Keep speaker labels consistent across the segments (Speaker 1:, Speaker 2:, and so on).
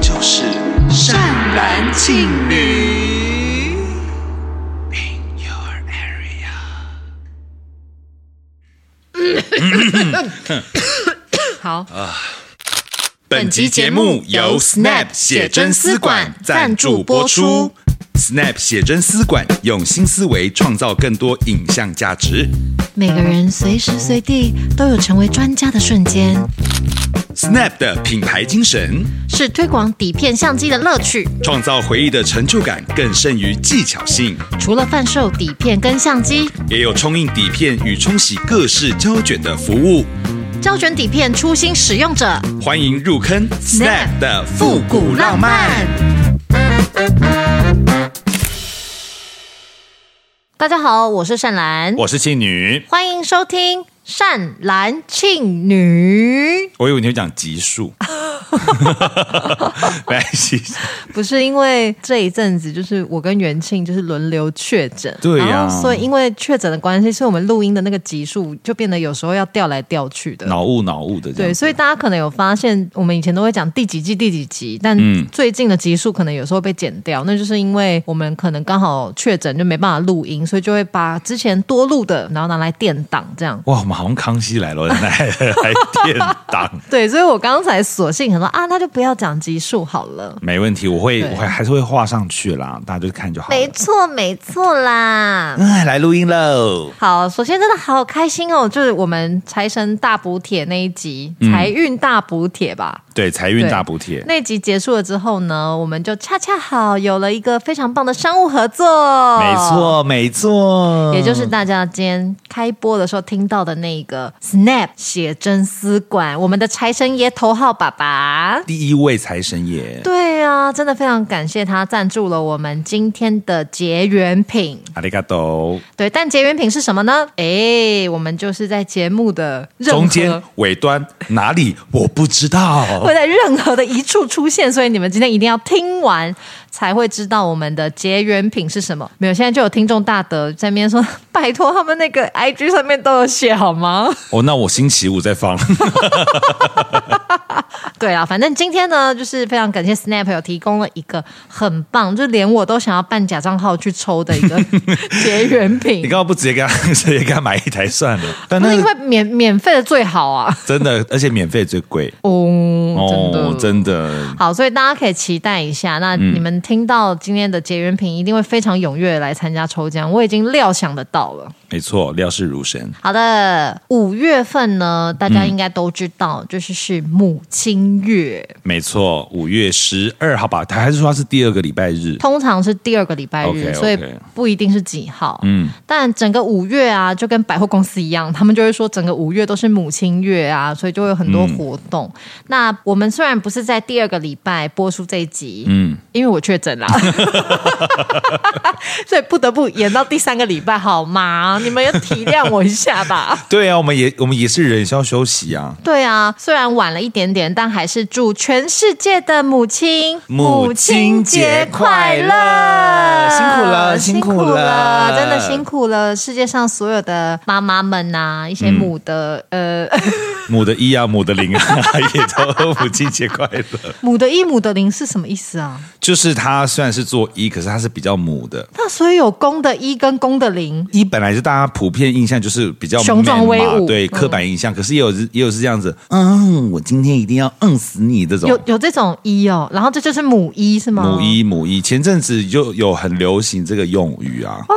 Speaker 1: 就是善男信女。In your area，
Speaker 2: 好，
Speaker 3: 本集节目由 Snap 写真丝管赞助播出。Snap 写真丝管用新思维创造更多影像价值。
Speaker 2: 每个人随时随地都有成为专家的瞬间，
Speaker 3: Snap 的品牌精神，
Speaker 2: 是推广底片相机的乐趣。
Speaker 3: 创造回忆的成就感更胜于技巧性，
Speaker 2: 除了贩售底片跟相机，
Speaker 3: 也有冲印底片与冲洗各式胶卷的服务。
Speaker 2: 胶卷底片初心使用者，
Speaker 3: 欢迎入坑 Snap 的复古浪漫。。
Speaker 2: 大家好，我是善兰，
Speaker 3: 我是庆女，
Speaker 2: 欢迎收听《善兰庆女》。
Speaker 3: 我以为你会讲集数，没关系。
Speaker 2: 不是因为这一阵子，就是我跟元庆就是轮流确诊，
Speaker 3: 对呀
Speaker 2: 然后所以因为确诊的关系，所以我们录音的那个集数就变得有时候要调来调去的。
Speaker 3: 脑雾脑雾的这
Speaker 2: 对，
Speaker 3: 样。
Speaker 2: 所以大家可能有发现，我们以前都会讲第几季第几集，但
Speaker 3: 嗯
Speaker 2: 最近的集数可能有时候被剪掉，那就是因为我们可能刚好确诊就没办法录音，所以就会把之前多录的，然后拿来垫档这样。
Speaker 3: 哇，我们好像康熙来了，来来电档，
Speaker 2: 对，所以我刚才索性想说啊，那就不要讲集数好了。
Speaker 3: 没问题，我会
Speaker 2: 对
Speaker 3: 我还还是会画上去啦，大家就看就好了。
Speaker 2: 错，没错啦。
Speaker 3: 哎，来录音喽！
Speaker 2: 好，首先真的好开心哦，就是我们财神大补帖那一集，
Speaker 3: 嗯
Speaker 2: 财运大补帖吧。
Speaker 3: 对，财运
Speaker 2: 对
Speaker 3: 大补贴，
Speaker 2: 那集结束了之后呢，我们就恰恰好有了一个非常棒的商务合作，
Speaker 3: 没，错没错，
Speaker 2: 也就是大家今天开播的时候听到的那个 Snap 写真丝管，我们的财神爷头号爸爸。
Speaker 3: 第一位财神爷。
Speaker 2: 对啊，真的非常感谢他赞助了我们今天的结缘品。
Speaker 3: 阿里嘎多，
Speaker 2: 对，但结缘品是什么呢？哎，我们就是在节目的任何
Speaker 3: 中间尾端哪里我不知道，
Speaker 2: 会在任何的一处出现，所以你们今天一定要听完才会知道我们的结缘品是什么。没有，现在就有听众大德在那边说：“ 拜托，他们那个 IG 上面都有写好吗
Speaker 3: 哦，那我星期五再 放。？”
Speaker 2: 对啊，反正今天呢，就是非常感谢 Snap 有提供了一个很棒，就连我都想要办假账号去抽的 一个结缘
Speaker 3: 你
Speaker 2: 品。
Speaker 3: 刚刚不直接给他，直接给他买一台算 了。但
Speaker 2: 不
Speaker 3: 那
Speaker 2: 是因
Speaker 3: 个
Speaker 2: 为免免费的最好啊！
Speaker 3: 真的，而且免费最贵
Speaker 2: 哦，真的、
Speaker 3: 哦，真的。
Speaker 2: 好，所以大家可以期待一下。那你们听到今天的结缘品，一定会非常踊跃来参加抽奖，我已经料想得到了。
Speaker 3: 没错，料事如神。
Speaker 2: 好的，五月份呢，大家应该都知道，就是是母亲月，
Speaker 3: 没错，五月十二号吧，他还是说他是第二个礼拜日。
Speaker 2: 通常是第二个礼拜日
Speaker 3: OK，OK
Speaker 2: 所以不一定是几号。
Speaker 3: 嗯，
Speaker 2: 但整个五月啊，就跟百货公司一样，他们就会说整个五月都是母亲月啊，所以就会有很多活动。那我们虽然不是在第二个礼拜播出这一集，嗯，因为我确诊啦， 所以不得不延到第三个礼拜，好吗？你们要体谅我一下吧。
Speaker 3: 对啊，我们也我们也是人，也是要休息啊。
Speaker 2: 对啊，虽然晚了一点点，但还是祝全世界的母亲
Speaker 3: 母亲节快乐辛苦了
Speaker 2: 辛
Speaker 3: 辛
Speaker 2: 苦
Speaker 3: 苦了
Speaker 2: 真的辛苦了！世界上所有的妈妈们呐、一些母的、
Speaker 3: 嗯
Speaker 2: 呃
Speaker 3: 母的一啊，母的零啊， 也都母亲节快乐。
Speaker 2: 母的一母的零是什么意思啊？
Speaker 3: 就是他虽然是做一，可是他是比较母的。
Speaker 2: 那所以有公的一跟公的零，
Speaker 3: 一本来就大家普遍印象就是比较
Speaker 2: 雄壮
Speaker 3: man 嘛
Speaker 2: 威武
Speaker 3: 对
Speaker 2: 嗯
Speaker 3: 刻板印象。可是也有也有是这样子，嗯，我今天一定要摁死你这种
Speaker 2: 有。有这种一哦，然后这就是母一是吗？
Speaker 3: 母一母一，前阵子就有很流行这个用语啊。
Speaker 2: 哦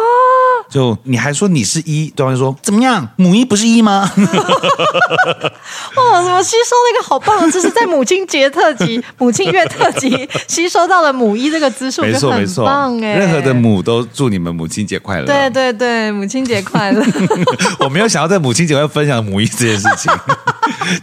Speaker 3: 就你还说你是一，对方就说怎么样？母一不是一吗？
Speaker 2: 哦，怎么吸收了一个好棒的知识？在母亲节特辑、 母亲月特辑，吸收到了母一这个资讯，我
Speaker 3: 没
Speaker 2: 觉得
Speaker 3: 错没
Speaker 2: 很
Speaker 3: 错
Speaker 2: 棒，哎。
Speaker 3: 任何的母都祝你们母亲节快乐。啊
Speaker 2: 对对对，母亲节 快乐！
Speaker 3: 我没有想到在母亲节会分享母一这件事情，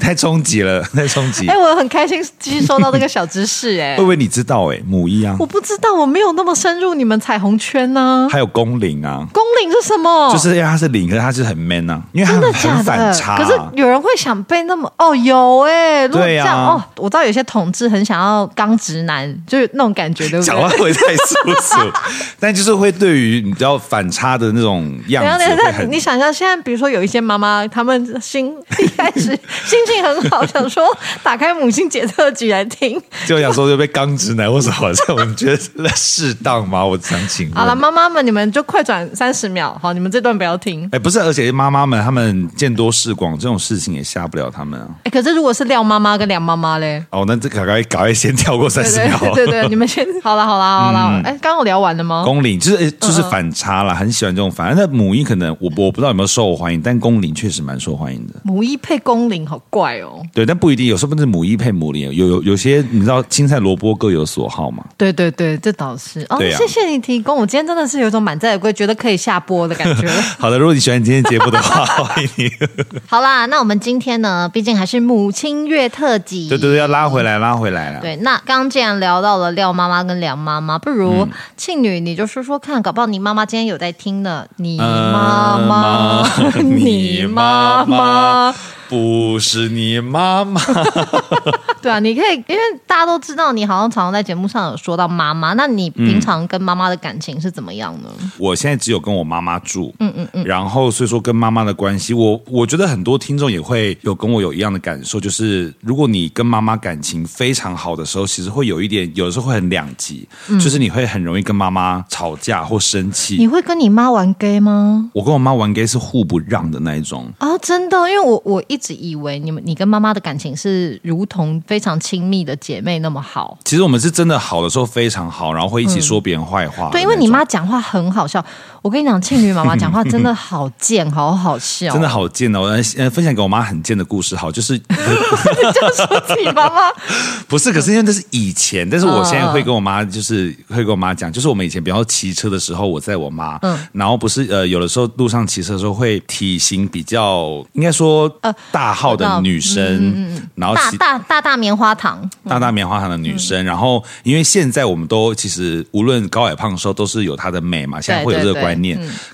Speaker 3: 太冲击了，太冲击。
Speaker 2: 哎、我很开心吸收到这个小知识、哎
Speaker 3: 会不，会你知道、哎，母一啊
Speaker 2: 我，不知道，我没有那么深入你们彩虹圈呢、
Speaker 3: 还有公领啊，
Speaker 2: 公领是什么？
Speaker 3: 就是因为他是领，可是他是很 man 啊，因为他
Speaker 2: 哦真的
Speaker 3: 很
Speaker 2: 假
Speaker 3: 很
Speaker 2: 的
Speaker 3: 反？差、
Speaker 2: 可
Speaker 3: 啊
Speaker 2: 是。有人会想被那么哦，有哎、如果这
Speaker 3: 对啊
Speaker 2: 样、哦，我知道有些同志很想要刚直男，就是那种感觉，对 不
Speaker 3: 讲话
Speaker 2: 对？
Speaker 3: 会太粗 俗，但就是会对于你知道反差的那种样
Speaker 2: 等
Speaker 3: 子
Speaker 2: 一下等一
Speaker 3: 会
Speaker 2: 下，
Speaker 3: 很
Speaker 2: 你想象现在，比如说有一些妈妈，她们心一开始先心情很好，想说打开母亲节特辑来听。
Speaker 3: 就想说就被刚直男或什么，这我们觉得适当吗？我想请问。
Speaker 2: 好了，妈妈们，你们就快转三十秒，好，你们这段不要听。
Speaker 3: 哎，不是，而且妈妈们他们见多识广，这种事情也吓不了他们啊。
Speaker 2: 哎，可是如果是廖妈妈跟梁妈妈嘞，
Speaker 3: 哦，那这赶快赶快先跳过三十
Speaker 2: 对
Speaker 3: 秒。
Speaker 2: 对 对，你们先好了好了好
Speaker 3: 嗯
Speaker 2: 了。哎，刚刚我聊完了吗？
Speaker 3: 公领就是就是
Speaker 2: 嗯
Speaker 3: 反差啦，很喜欢这种反差。那母婴可能我我不知道有没有受欢迎，但公领确实蛮受欢迎的。
Speaker 2: 母一配公领，好怪哦。
Speaker 3: 对，但不一定，有时候不是母一配母零，有有有些你知道青菜萝卜各有所好 嘛。
Speaker 2: 对对对，这倒是哦，
Speaker 3: 对啊
Speaker 2: 谢谢你提供，我今天真的是有一种满载而归，觉得可以下播的感 觉了。
Speaker 3: 好的，如果你喜欢今天节目的话，欢迎 你。
Speaker 2: 好啦，那我们今天呢，毕竟还是母亲月特辑，
Speaker 3: 对对对，要拉回来，拉回来了。
Speaker 2: 对，那刚刚既然聊到了廖妈妈跟梁妈妈，
Speaker 3: 嗯
Speaker 2: 不如庆女你就说说看，搞不好你妈妈今天有在听呢。你妈妈，
Speaker 3: 呃
Speaker 2: 你妈妈，
Speaker 3: 不是你妈妈，
Speaker 2: 对啊，你可以，因为大家都知道你好像常常在节目上有说到妈妈，那你平常跟妈妈的感情是怎么样呢？
Speaker 3: 我现在只有跟我妈妈住，嗯嗯嗯，然后所以说跟妈妈的关系，我我觉得很多听众也会有跟我有一样的感受，就是如果你跟妈妈感情非常好的时候，其实会有一点，有的时候会很两极，就是你会很容易跟妈妈吵架或生
Speaker 2: 你
Speaker 3: 气。
Speaker 2: 会跟你妈玩 gay 吗？
Speaker 3: 我跟我妈玩 gay 是互不让的那一种，
Speaker 2: 哦，真的，因为我我一直以为你们你跟妈妈的感情是如同非常亲密的姐妹那么好，
Speaker 3: 其实我们是真的好的时候非常好，然后会一起说别人坏话的那种、
Speaker 2: 嗯对，因为你妈讲话很好笑。我跟你讲，庆女妈妈讲话真的好贱，好好笑，
Speaker 3: 真的好贱哦！呃呃，分享给我妈很贱的故事，好，就是
Speaker 2: 自己妈妈
Speaker 3: 不是？可是因为那是以前，但是我
Speaker 2: 嗯
Speaker 3: 现在会跟我妈，就是会跟我妈讲，就是我们以前，比方说骑车的时候，我载我妈，
Speaker 2: 嗯
Speaker 3: 然后不是呃，有的时候路上骑车的时候会体型比较，应该说大号
Speaker 2: 呃我知
Speaker 3: 的
Speaker 2: 道嗯
Speaker 3: 女生，然后
Speaker 2: 大
Speaker 3: 骑
Speaker 2: 大大大棉花糖，
Speaker 3: 大大棉花糖的女生，然后因为现在我们都其实无论高矮胖瘦都是有她的美嘛，现在会有这个观念。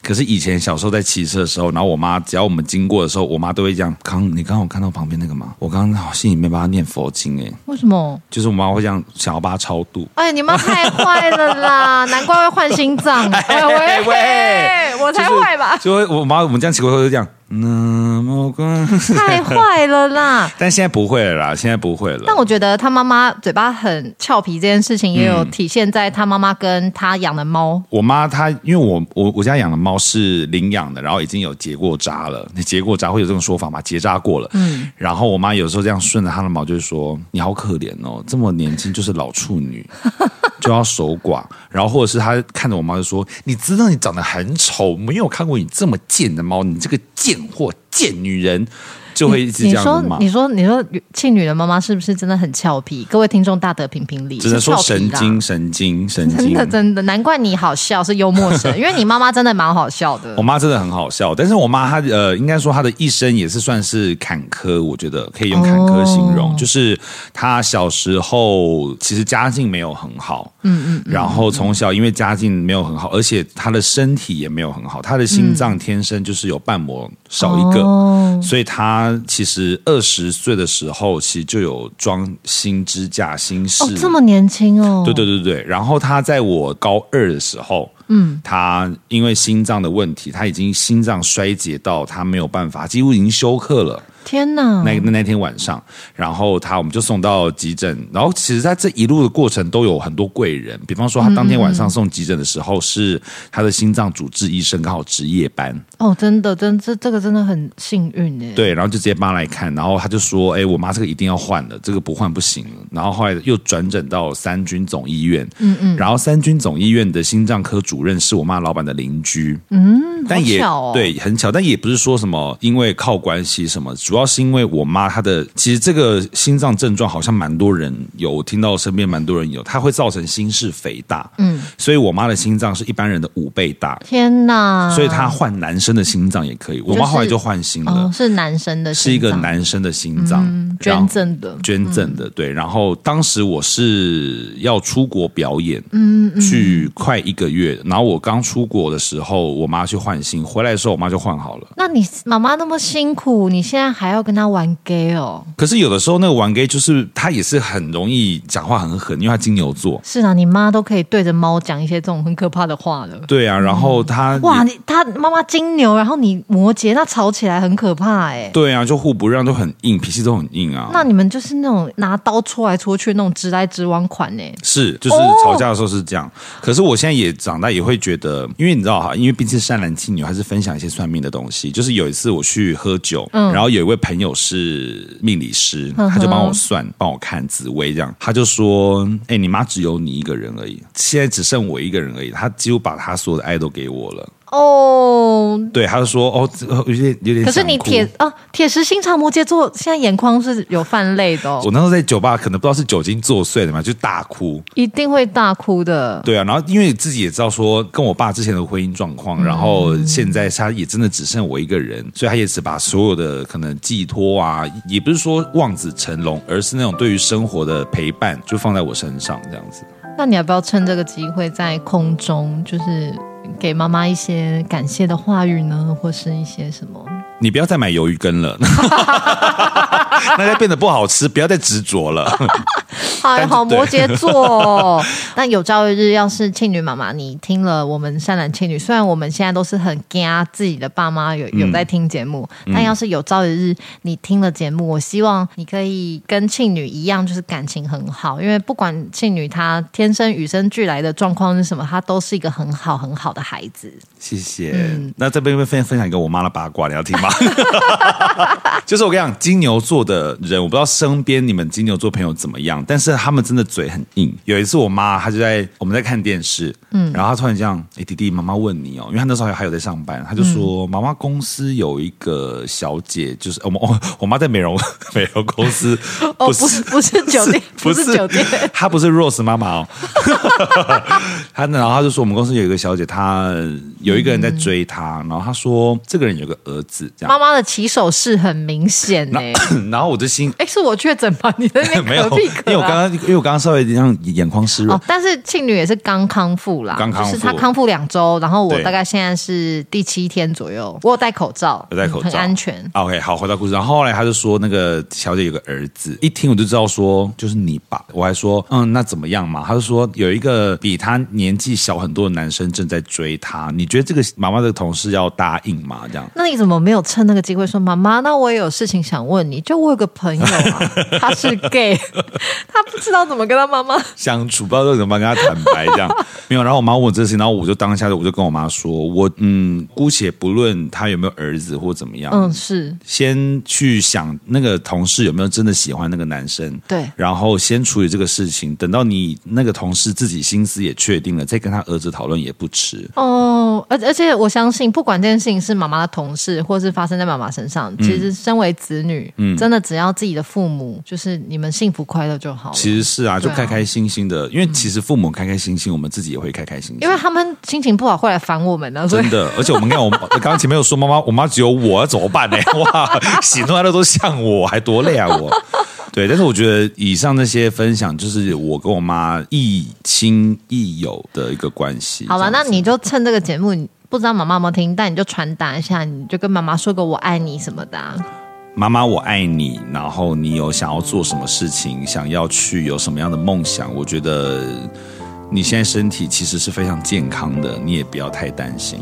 Speaker 3: 可是以前小时候在骑车的时候，然后我妈只要我们经过的时候，我妈都会这样：康，你刚刚有看到旁边那个吗？我刚刚好心里面帮她念佛经、欸，
Speaker 2: 为什么？
Speaker 3: 就是我妈会这样想要帮她超度。
Speaker 2: 哎，你妈太坏了 啦，难怪会换心脏。哎喂
Speaker 3: 哎喂
Speaker 2: 我才坏吧？
Speaker 3: 就会我妈我们这样骑过去就这样，嗯那么关。
Speaker 2: 太坏了啦！
Speaker 3: 但现在不会了啦，现在不会了。
Speaker 2: 但我觉得她妈妈嘴巴很俏皮这件事情，也有
Speaker 3: 嗯
Speaker 2: 体现在她妈妈跟她养的猫。
Speaker 3: 我妈她因为我我我家养的猫是领养的，然后已经有结过扎了。你结过扎会有这种说法吗？结扎过了。嗯。然后我妈有时候这样顺着她的毛，就是说：“你好可怜哦，这么年轻就是老处女， 就要守寡。”然后或者是她看着我妈就说：“你知道你长得很丑，没有看过你这么贱的猫，你这个贱货、贱女人。”就会一直这
Speaker 2: 你
Speaker 3: 样子
Speaker 2: 说
Speaker 3: 骂，，
Speaker 2: 你说，你说，庆女的妈妈是不是真的很俏皮？各位听众大德评评理，
Speaker 3: 只能说
Speaker 2: 是俏皮
Speaker 3: 神
Speaker 2: 啦
Speaker 3: 经、神经、神
Speaker 2: 真
Speaker 3: 经。
Speaker 2: 的真的，难怪你好笑是幽默 神，因为你妈妈真的蛮好笑的
Speaker 3: 我。妈真的很好笑，但是我妈她呃，应该说她的一生也是算是坎坷，我觉得可以用坎坷形容。就是她小时候其实家境没有很好，嗯嗯，然后从小因为家境没有很好，而且她的身体也没有很好，她的心脏天生就是有瓣膜少一个，所以她其实二十岁的时候其实就有装新支架、新室、
Speaker 2: 哦，这么年轻哦，
Speaker 3: 对对对对，然后他在我高二的时候，嗯，他因为心脏的问题，他已经心脏衰竭到他没有办法，几乎已经休克了。
Speaker 2: 天哪！
Speaker 3: 那那那天晚上，然后他我们就送到急诊，然后其实他这一路的过程都有很多贵人，比方说他当天晚上送急诊的时候，是他的心脏主治医生刚好值夜班，
Speaker 2: 哦，真的，真这这个真的很幸运哎。，
Speaker 3: 对，然后就直接帮他来看，然后他就说：“哎，我妈这个一定要换了，这个不换不行了。”然后后来又转诊到三军总医院，嗯嗯，然后三军总医院的心脏科主任是我妈老板的邻居，嗯，但也、
Speaker 2: 巧哦
Speaker 3: 对，很巧，但也不是说什么因为靠关系什么，主要是因为我妈她的其实这个心脏症状好像蛮多人有，我听到身边蛮多人有，它会造成心室肥大，嗯，所以我妈的心脏是一般人的五倍大。
Speaker 2: 天哪！
Speaker 3: 所以她换男生的心脏也可以，我妈后啊来就换心了。
Speaker 2: 哦，是男生的
Speaker 3: 是
Speaker 2: 心
Speaker 3: 一
Speaker 2: 脏，
Speaker 3: 个男生的心脏、然后
Speaker 2: 嗯捐赠嗯的。
Speaker 3: 捐赠的，对。然后当时我是要出国表演，嗯，去快一个月。然后我刚出国的时候，我妈去换心，回来的时候我妈就换好了。
Speaker 2: 那你妈妈那么辛苦，你现在还要跟他玩 gay 哦？
Speaker 3: 可是有的时候那个玩 gay 就是他也是很容易讲话很狠，因为他金牛座。
Speaker 2: 是啊，你妈都可以对着猫讲一些这种很可怕的话了。
Speaker 3: 对啊，然后他也
Speaker 2: 哇，你他妈妈金牛，然后你摩羯，那吵起来很可怕哎、
Speaker 3: 对啊，就互不让，都很硬，脾气都很硬啊。
Speaker 2: 那你们就是那种拿刀戳来戳去那种直来直往款哎、
Speaker 3: 是，就是
Speaker 2: 哦
Speaker 3: 吵架的时候是这样。可是我现在也长大，也会觉得，因为你知道哈，因为毕竟善男信女，还是分享一些算命的东西。就是有一次我去喝酒，
Speaker 2: 嗯
Speaker 3: 然后有一位朋友是命理师，他就帮我算，帮我看紫薇这样。他就说：“哎、你妈只有你一个人而已，现在只剩我一个人而已。”他几乎把他所有的爱都给我了。
Speaker 2: 哦，
Speaker 3: 对，他就说：“哦，这有点有点。”
Speaker 2: 可是你铁啊铁石心肠摩羯座，现在眼眶是有泛泪的、哦
Speaker 3: 我，那时候在酒吧，可能不知道是酒精作祟了嘛，就大哭。
Speaker 2: 一定会大哭的。
Speaker 3: 对啊，然后因为自己也知道说，跟我爸之前的婚姻状况，然后现在他也真的只剩我一个人，所以他也只把所有的可能寄托啊，也不是说望子成龙，而是那种对于生活的陪伴，就放在我身上这样子。
Speaker 2: 那你要不要趁这个机会在空中，就是给妈妈一些感谢的话语呢，或是一些什么？
Speaker 3: 你不要再买鱿鱼羹了， 那家变得不好吃，不要再执着了。
Speaker 2: 哎，
Speaker 3: 但
Speaker 2: 好
Speaker 3: 对
Speaker 2: 摩羯座、哦。 那有朝一日，要是庆女妈妈你听了我们善男庆女，虽然我们现在都是很惊自己的爸妈有有在听节目，但要是有朝一日你听了节目，我希望你可以跟庆女一样，就是感情很好，因为不管庆女她天生与生俱来的状况是什么，她都是一个很好很好的孩子。
Speaker 3: 谢谢。
Speaker 2: 嗯
Speaker 3: 那这边分分享一个我妈的八卦，你要听吗？ 就是我跟你讲，金牛座的人，我不知道身边你们金牛座朋友怎么样，但是他们真的嘴很硬。有一次，我妈她就在我们在看电视，嗯，然后她突然这样，哎、弟弟，妈妈问你哦，因为她那时候还还有在上班，她就说，
Speaker 2: 嗯
Speaker 3: 妈妈公司有一个小姐，就是我们我我妈在美容 美容公司，
Speaker 2: 哦，不是不 是酒店，不是酒店，
Speaker 3: 她不是 Rose 妈妈哦， 她然后她就说我们公司有一个小姐，她有一个人在追她，
Speaker 2: 嗯
Speaker 3: 然后她说这个人有个儿子这样，
Speaker 2: 妈妈的起手式很明显呢、欸。
Speaker 3: 然后 我就 心
Speaker 2: 哎，是我确诊吗？你在 那
Speaker 3: 没
Speaker 2: 边
Speaker 3: 有
Speaker 2: 隔壁，
Speaker 3: 因为
Speaker 2: 隔
Speaker 3: 我刚
Speaker 2: 啊？
Speaker 3: 刚因为我刚刚稍微让眼眶湿润
Speaker 2: 哦，，但是庆女也是刚康复啦，
Speaker 3: 刚康复
Speaker 2: 就是她康复两周，然后我
Speaker 3: 对
Speaker 2: 大概现在是第七天左右，我有戴口罩，
Speaker 3: 有戴口罩，
Speaker 2: 很安全。
Speaker 3: OK，好，回到故事。然后后来他就说，那个小姐有个儿子，一听我就知道说就是你吧。我还说，嗯，那怎么样嘛？他就说有一个比他年纪小很多的男生正在追她，你觉得这个妈妈的同事要答应吗？这样。
Speaker 2: 那你怎么没有趁那个机会说妈妈？那我也有事情想问你，就我有个朋友 啊，他是 gay，他不知道怎么跟他妈妈。
Speaker 3: 相处，不知道怎么跟他坦白这样。 没有，然后我妈问我这事情，然后我就当下我就跟我妈说，我嗯，姑且不论他有没有儿子或怎么样，
Speaker 2: 嗯，是
Speaker 3: 先去想那个同事有没有真的喜欢那个男生，
Speaker 2: 对
Speaker 3: 然后先处理这个事情，等到你那个同事自己心思也确定了，再跟他儿子讨论也不迟。
Speaker 2: 哦，而而且我相信，不管这件事情是妈妈的同事，或是发生在妈妈身上，其
Speaker 3: 嗯
Speaker 2: 实身为子女，真的只要自己的父母，就是你们幸福快乐就好了。
Speaker 3: 其实是啊，就
Speaker 2: 对啊
Speaker 3: 开开心心的，因为其实父母开开心心，我们自己也会开开心心。
Speaker 2: 因为他们心情不好会来烦我们的，所以
Speaker 3: 真的，而且我们看我我刚刚前面有说妈妈，我妈只有我，怎么办 呢？哇，喜怒哀乐都像我，还多累啊我。对，但是我觉得以上那些分享，就是我跟我妈亦亲亦友的一个关系。
Speaker 2: 好了，
Speaker 3: 这
Speaker 2: 那
Speaker 3: 样子
Speaker 2: 你就趁这个节目，你不知道妈妈有没有听，但你就传达一下，你就跟妈妈说个我爱你什么的、啊。
Speaker 3: 妈妈我爱你，然后你有想要做什么事情，想要去有什么样的梦想，我觉得你现在身体其实是非常健康的，你也不要太担心。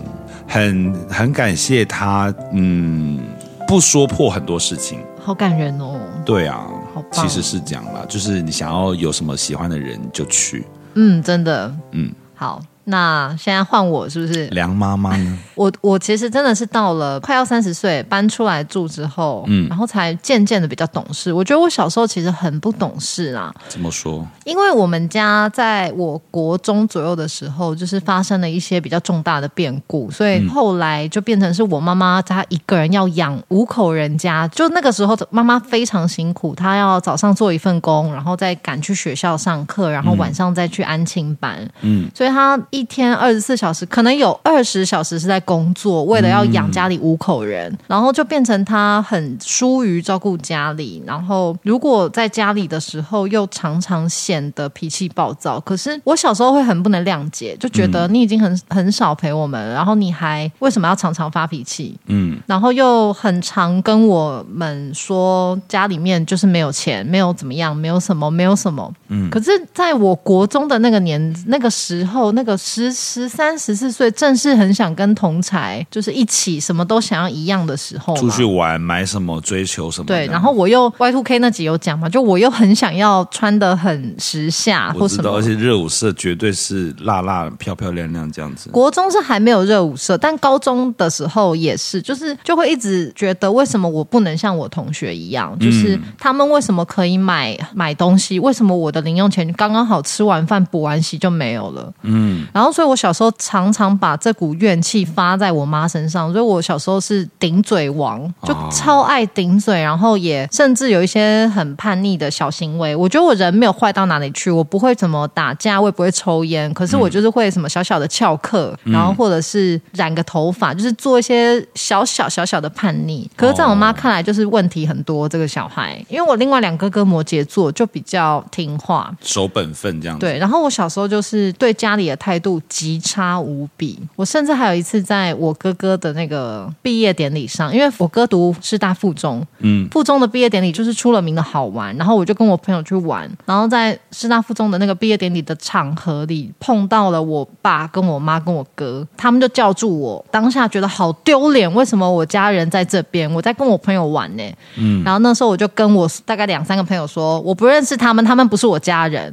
Speaker 3: 很很感谢她，嗯，不说破很多事情。
Speaker 2: 好感人哦，
Speaker 3: 对啊
Speaker 2: 好，棒
Speaker 3: 其实是这样啦，就是你想要有什么喜欢的人就去。
Speaker 2: 嗯，真的，
Speaker 3: 嗯，
Speaker 2: 好。那现在换我是不是？
Speaker 3: 梁妈妈 呢？
Speaker 2: 我我其实真的是到了快要三十岁搬出来住之后，嗯，然后才渐渐的比较懂事。我觉得我小时候其实很不懂事啊，
Speaker 3: 怎么说？
Speaker 2: 因为我们家在我国中左右的时候，就是发生了一些比较重大的变故，所以后来就变成是我妈妈她一个人要养五口人家。就那个时候，妈妈非常辛苦，她要早上做一份工，然后再赶去学校上课，然后晚上再去安亲班。嗯，所以她一一天二十四小时，可能有二十小时是在工作，为了要养家里五口人，然后就变成他很疏于照顾家里。然后如果在家里的时候，又常常显得脾气暴躁。可是我小时候会很不能谅解，就觉得你已经很很少陪我们了，然后你还为什么要常常发脾气？
Speaker 3: 嗯，
Speaker 2: 然后又很常跟我们说家里面就是没有钱，没有怎么样，没有什么，没有什么。嗯，可是在我国中的那个年那个时候，那个十十三十四岁，正是很想跟同才就是一起什么都想要一样的时候嘛。
Speaker 3: 出去玩买什么，追求什么的，
Speaker 2: 哦对，然后我又 Y two K 那集有讲嘛，就我又很想要穿的很时下或
Speaker 3: 我知
Speaker 2: 什
Speaker 3: 道，而
Speaker 2: 么。
Speaker 3: 且热舞社绝对是辣辣、漂漂亮亮这样子。
Speaker 2: 国中是还没有热舞社，但高中的时候也是，就是就会一直觉得为什么我不能像我同学一样，就是他们为什么可以买买东西，为什么我的零用钱刚刚好吃完饭补完习就没有了？嗯，然后所以我小时候常常把这股怨气发在我妈身上，所以我小时候是顶嘴王，就超爱顶嘴，然后也甚至有一些很叛逆的小行为。我觉得我人没有坏到哪里去，我不会怎么打架，我也不会抽烟，可是我就是会什么小小的翘课，然后或者是染个头发，就是做一些小小小小的叛逆。可是，在我妈看来，就是问题很多这个小孩，因为我另外两个哥摩羯座就比较听话，
Speaker 3: 守本分这样子，
Speaker 2: 对，然后我小时候就是对家里的态度极差无比。我甚至还有一次在我哥哥的那个毕业典礼上，因为我哥读师大附中，
Speaker 3: 嗯，
Speaker 2: 附中的毕业典礼就是出了名的好玩。然后我就跟我朋友去玩，然后在师大附中的那个毕业典礼的场合里碰到了我爸、跟我妈、跟我哥，他们就叫住我，当下觉得好丢脸，为什么我家人在这边，我在跟我朋友玩呢、
Speaker 3: 嗯
Speaker 2: 然后那时候我就跟我大概两三个朋友说，我不认识他们，他们不是我 家人。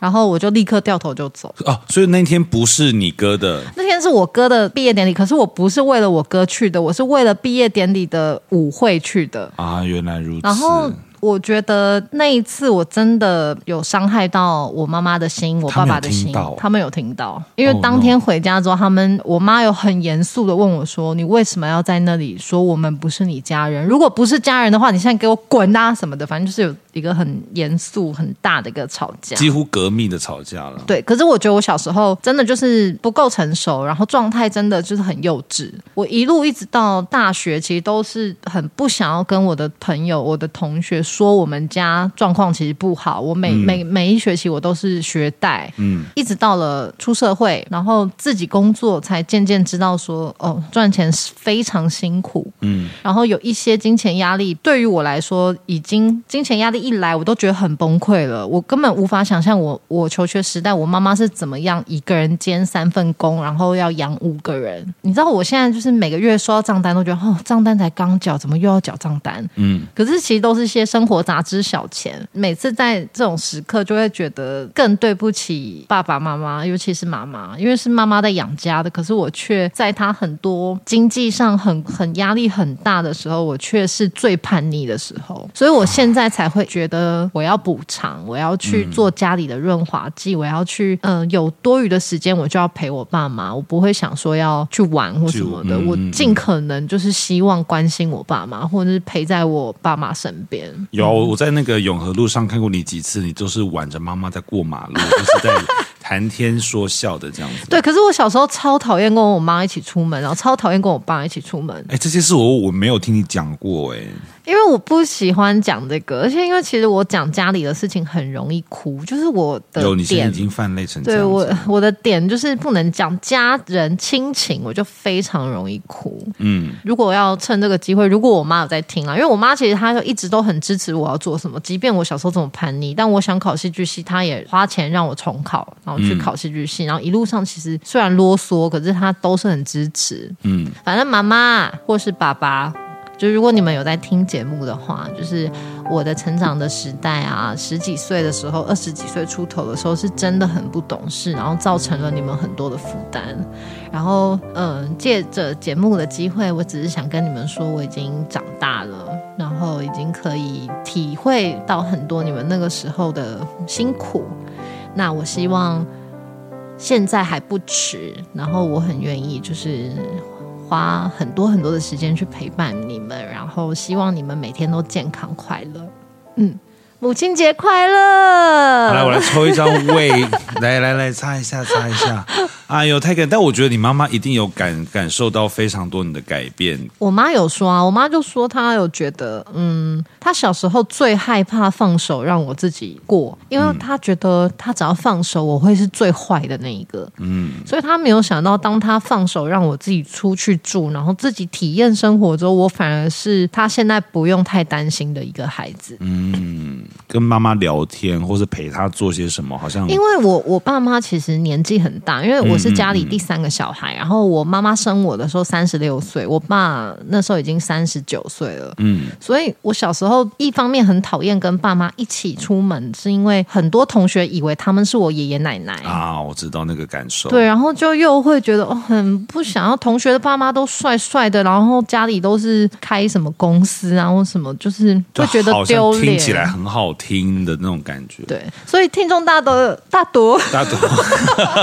Speaker 2: 然后我就立刻掉头就走。
Speaker 3: 哦，所以那天不是你哥的，
Speaker 2: 那天是我哥的毕业典礼，可是我不是为了我哥去的，我是为了毕业典礼的舞会去的。
Speaker 3: 啊，原来如此。
Speaker 2: 然后我觉得那一次我真的有伤害到我妈妈的心，我爸爸的心
Speaker 3: 他们有听到，
Speaker 2: 他们有听到，因为
Speaker 3: Oh,
Speaker 2: 当
Speaker 3: no.
Speaker 2: 天回家之后，他们我妈有很严肃的问我说：“你为什么要在那里说我们不是你家人？如果不是家人的话，你现在给我滚啊什么的，反正就是有一个很严肃、很大的一个吵架。”
Speaker 3: 几乎革命的吵架了，
Speaker 2: 对，可是我觉得我小时候真的就是不够成熟，然后状态真的就是很幼稚。我一路一直到大学，其实都是很不想要跟我的朋友、我的同学说我们家状况其实不好。我每、每每一学期我都是学贷，
Speaker 3: 嗯，
Speaker 2: 一直到了出社会，然后自己工作，才渐渐知道说，哦，赚钱是非常辛苦，
Speaker 3: 嗯，
Speaker 2: 然后有一些金钱压力，对于我来说，已经金钱压力一来，我都觉得很崩溃了，我根本无法想象我我求学时代，我妈妈是怎么样一个人兼三份工，然后要养五个人。你知道我现在就是每个月收到账单，都觉得哦，账单才刚缴，怎么又要缴账单？
Speaker 3: 嗯，
Speaker 2: 可是其实都是一些生活杂志小钱，每次在这种时刻就会觉得更对不起爸爸妈妈，尤其是妈妈，因为是妈妈在养家的，可是我却在她很多经济上很 很压力很大的时候，我却是最叛逆的时候，所以我现在才会觉得我要补偿，我要去做家里的润滑剂，我要去嗯、呃有多余的时间我就要陪我爸妈，我不会想说要去玩或什么的，
Speaker 3: 就嗯
Speaker 2: 我尽可能就是希望关心我爸妈，或者是陪在我爸妈身边。
Speaker 3: 有
Speaker 2: 嗯
Speaker 3: 我在那个永和路上看过你几次，你都是挽着妈妈在过马路，就是在谈天说笑的这样 子。
Speaker 2: 对，可是我小时候超讨厌跟我妈一起出门，然后超讨厌跟我爸一起出门，
Speaker 3: 哎，这些事我我没有听你讲过哎、
Speaker 2: 因为我不喜欢讲这个，而且因为其实我讲家里的事情很容易哭，就是我的
Speaker 3: 有你现在
Speaker 2: 点
Speaker 3: 已经泛泪成这
Speaker 2: 对
Speaker 3: 样
Speaker 2: 我
Speaker 3: 子，
Speaker 2: 我的点就是不能讲家人亲情，我就非常容易哭。
Speaker 3: 嗯，
Speaker 2: 如果要趁这个机会，如果我妈有在听啊，因为我妈其实她就一直都很支持我要做什么，即便我小时候这么叛逆，但我想考戏剧系，她也花钱让我重考，然后去考戏剧系，然后一路上其实虽然啰嗦，可是她都是很支持。
Speaker 3: 嗯，
Speaker 2: 反正妈妈或是爸爸。就如果你们有在听节目的话，就是我的成长的时代啊，十几岁的时候，二十几岁出头的时候，是真的很不懂事，然后造成了你们很多的负担。然后，嗯，借着节目的机会，我只是想跟你们说，我已经长大了，然后已经可以体会到很多你们那个时候的辛苦。那我希望现在还不迟，然后我很愿意就是花很多很多的时间去陪伴你们，然后希望你们每天都健康快乐。嗯，母亲节快乐！
Speaker 3: 好来，我来抽一 张胃，来来来，擦一下，擦一下。哎呦，太感！但我觉得你妈妈一定有感感受到非常多你的改变。
Speaker 2: 我妈有说啊，我妈就说她有觉得，嗯，她小时候最害怕放手让我自己过，因为她觉得她只要放手，我会是最坏的那一个。嗯，所以她没有想到，当她放手让我自己出去住，然后自己体验生活之后，我反而是她现在不用太担心的一个孩子。
Speaker 3: 跟妈妈聊天，或是陪她做些什么，好像
Speaker 2: 因为我我爸妈其实年纪很大，因为我是家里第三个小孩，然后我妈妈生我的时候三十六岁，我爸那时候已经三十九岁了，嗯，所以我小时候一方面很讨厌跟爸妈一起出门，是因为很多同学以为他们是我爷爷奶奶。
Speaker 3: 啊，我知道那个感受。
Speaker 2: 对，啊然后就又会觉得哦，很不想要。同学的爸妈都帅帅的，然后家里都是开什么公司啊，或什么，就是
Speaker 3: 就
Speaker 2: 会觉得
Speaker 3: 好像
Speaker 2: 丢脸。
Speaker 3: 听起来很好听的那种感觉。，
Speaker 2: 对，所以听众大多大多
Speaker 3: 大多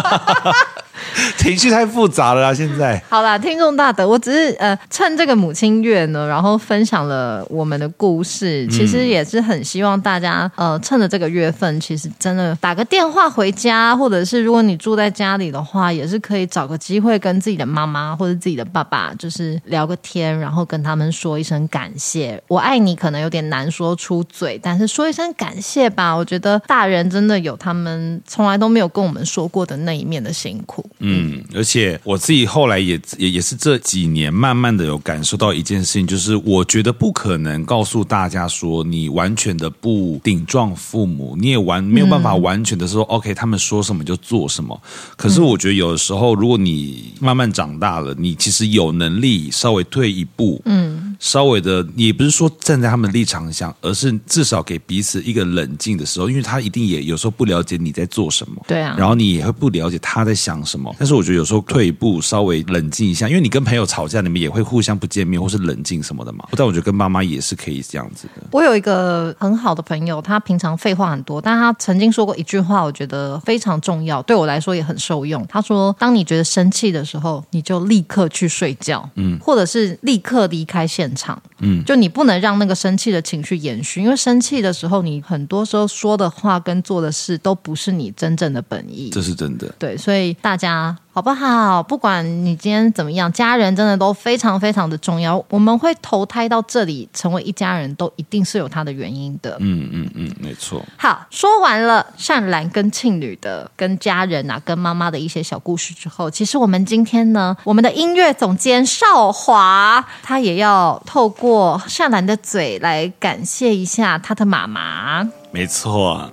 Speaker 3: 情绪太复杂了啦，现在。
Speaker 2: 好啦，听众大德，我只是呃趁这个母亲月呢，然后分享了我们的故事，其实也是很希望大家呃趁着这个月份，其实真的呃打个电话回嗯家，或者是如果你住在家里的话，也是可以找个机会跟自己的妈妈或者自己的爸爸，就是聊个天，然后跟他们说一声感谢，我爱你，可能有点难说出嘴，但是说一声感谢吧，我觉得大人真的有他们从来都没有跟我们说过的那一面的辛苦，
Speaker 3: 嗯，而且我自己后来也也也是这几年慢慢的有感受到一件事情，就是我觉得不可能告诉大家说你完全的不顶撞父母，你也完没有办法完全的说、OK，他们说什么就做什么。可是我觉得有的时候，如果你慢慢长大了，你其实有能力稍微退一步，嗯，稍微的也不是说站在他们的立场想，而是至少给彼此一个冷静的时候，因为他一定也有时候不了解你在做什么，
Speaker 2: 对啊
Speaker 3: 然后你也会不了解他在想什么。但是我觉得有时候退一步，稍微冷静一下，因为你跟朋友吵架，你们也会互相不见面或是冷静什么的嘛。但我觉得跟妈妈也是可以这样子的。
Speaker 2: 我有一个很好的朋友，他平常废话很多，但他曾经说过一句话，我觉得非常重要，对我来说也很受用。他说：“当你觉得生气的时候，你就立刻去睡觉，嗯，或者是立刻离开现场，嗯，就你不能让那个生气的情绪延续，因为生气的时候，你很多时候说的话跟做的事都不是你真正的本意。”
Speaker 3: 这是真的，
Speaker 2: 对，所以大家好不好？不管你今天怎么样，家人真的都非常非常的重要。我们会投胎到这里成为一家人，都一定是有它的原因的。
Speaker 3: 嗯嗯嗯，没错。
Speaker 2: 好，说完了善兰跟庆女的、跟家人啊、跟妈妈的一些小故事之后，其实我们今天呢，我们的音乐总监少华，他也要透过善兰的嘴来感谢一下他的妈妈。
Speaker 3: 没错，啊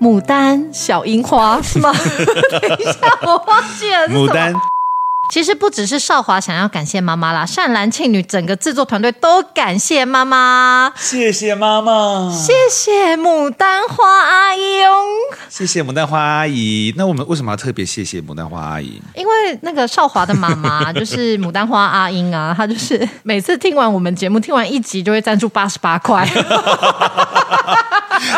Speaker 2: 牡丹、小樱花是吗？ 等一下，我忘记了是什么
Speaker 3: 牡丹
Speaker 2: 其实不只是少华想要感谢妈妈啦，善兰庆女整个制作团队都感谢妈妈，
Speaker 3: 谢谢妈妈，
Speaker 2: 谢谢牡丹花阿姨哦。
Speaker 3: 谢谢牡丹花阿姨。那我们为什么要特别谢谢牡丹花阿姨？
Speaker 2: 因为那个少华的妈妈就是牡丹花阿英啊，她就是每次听完我们节目，听完一集就会赞助八十 八块。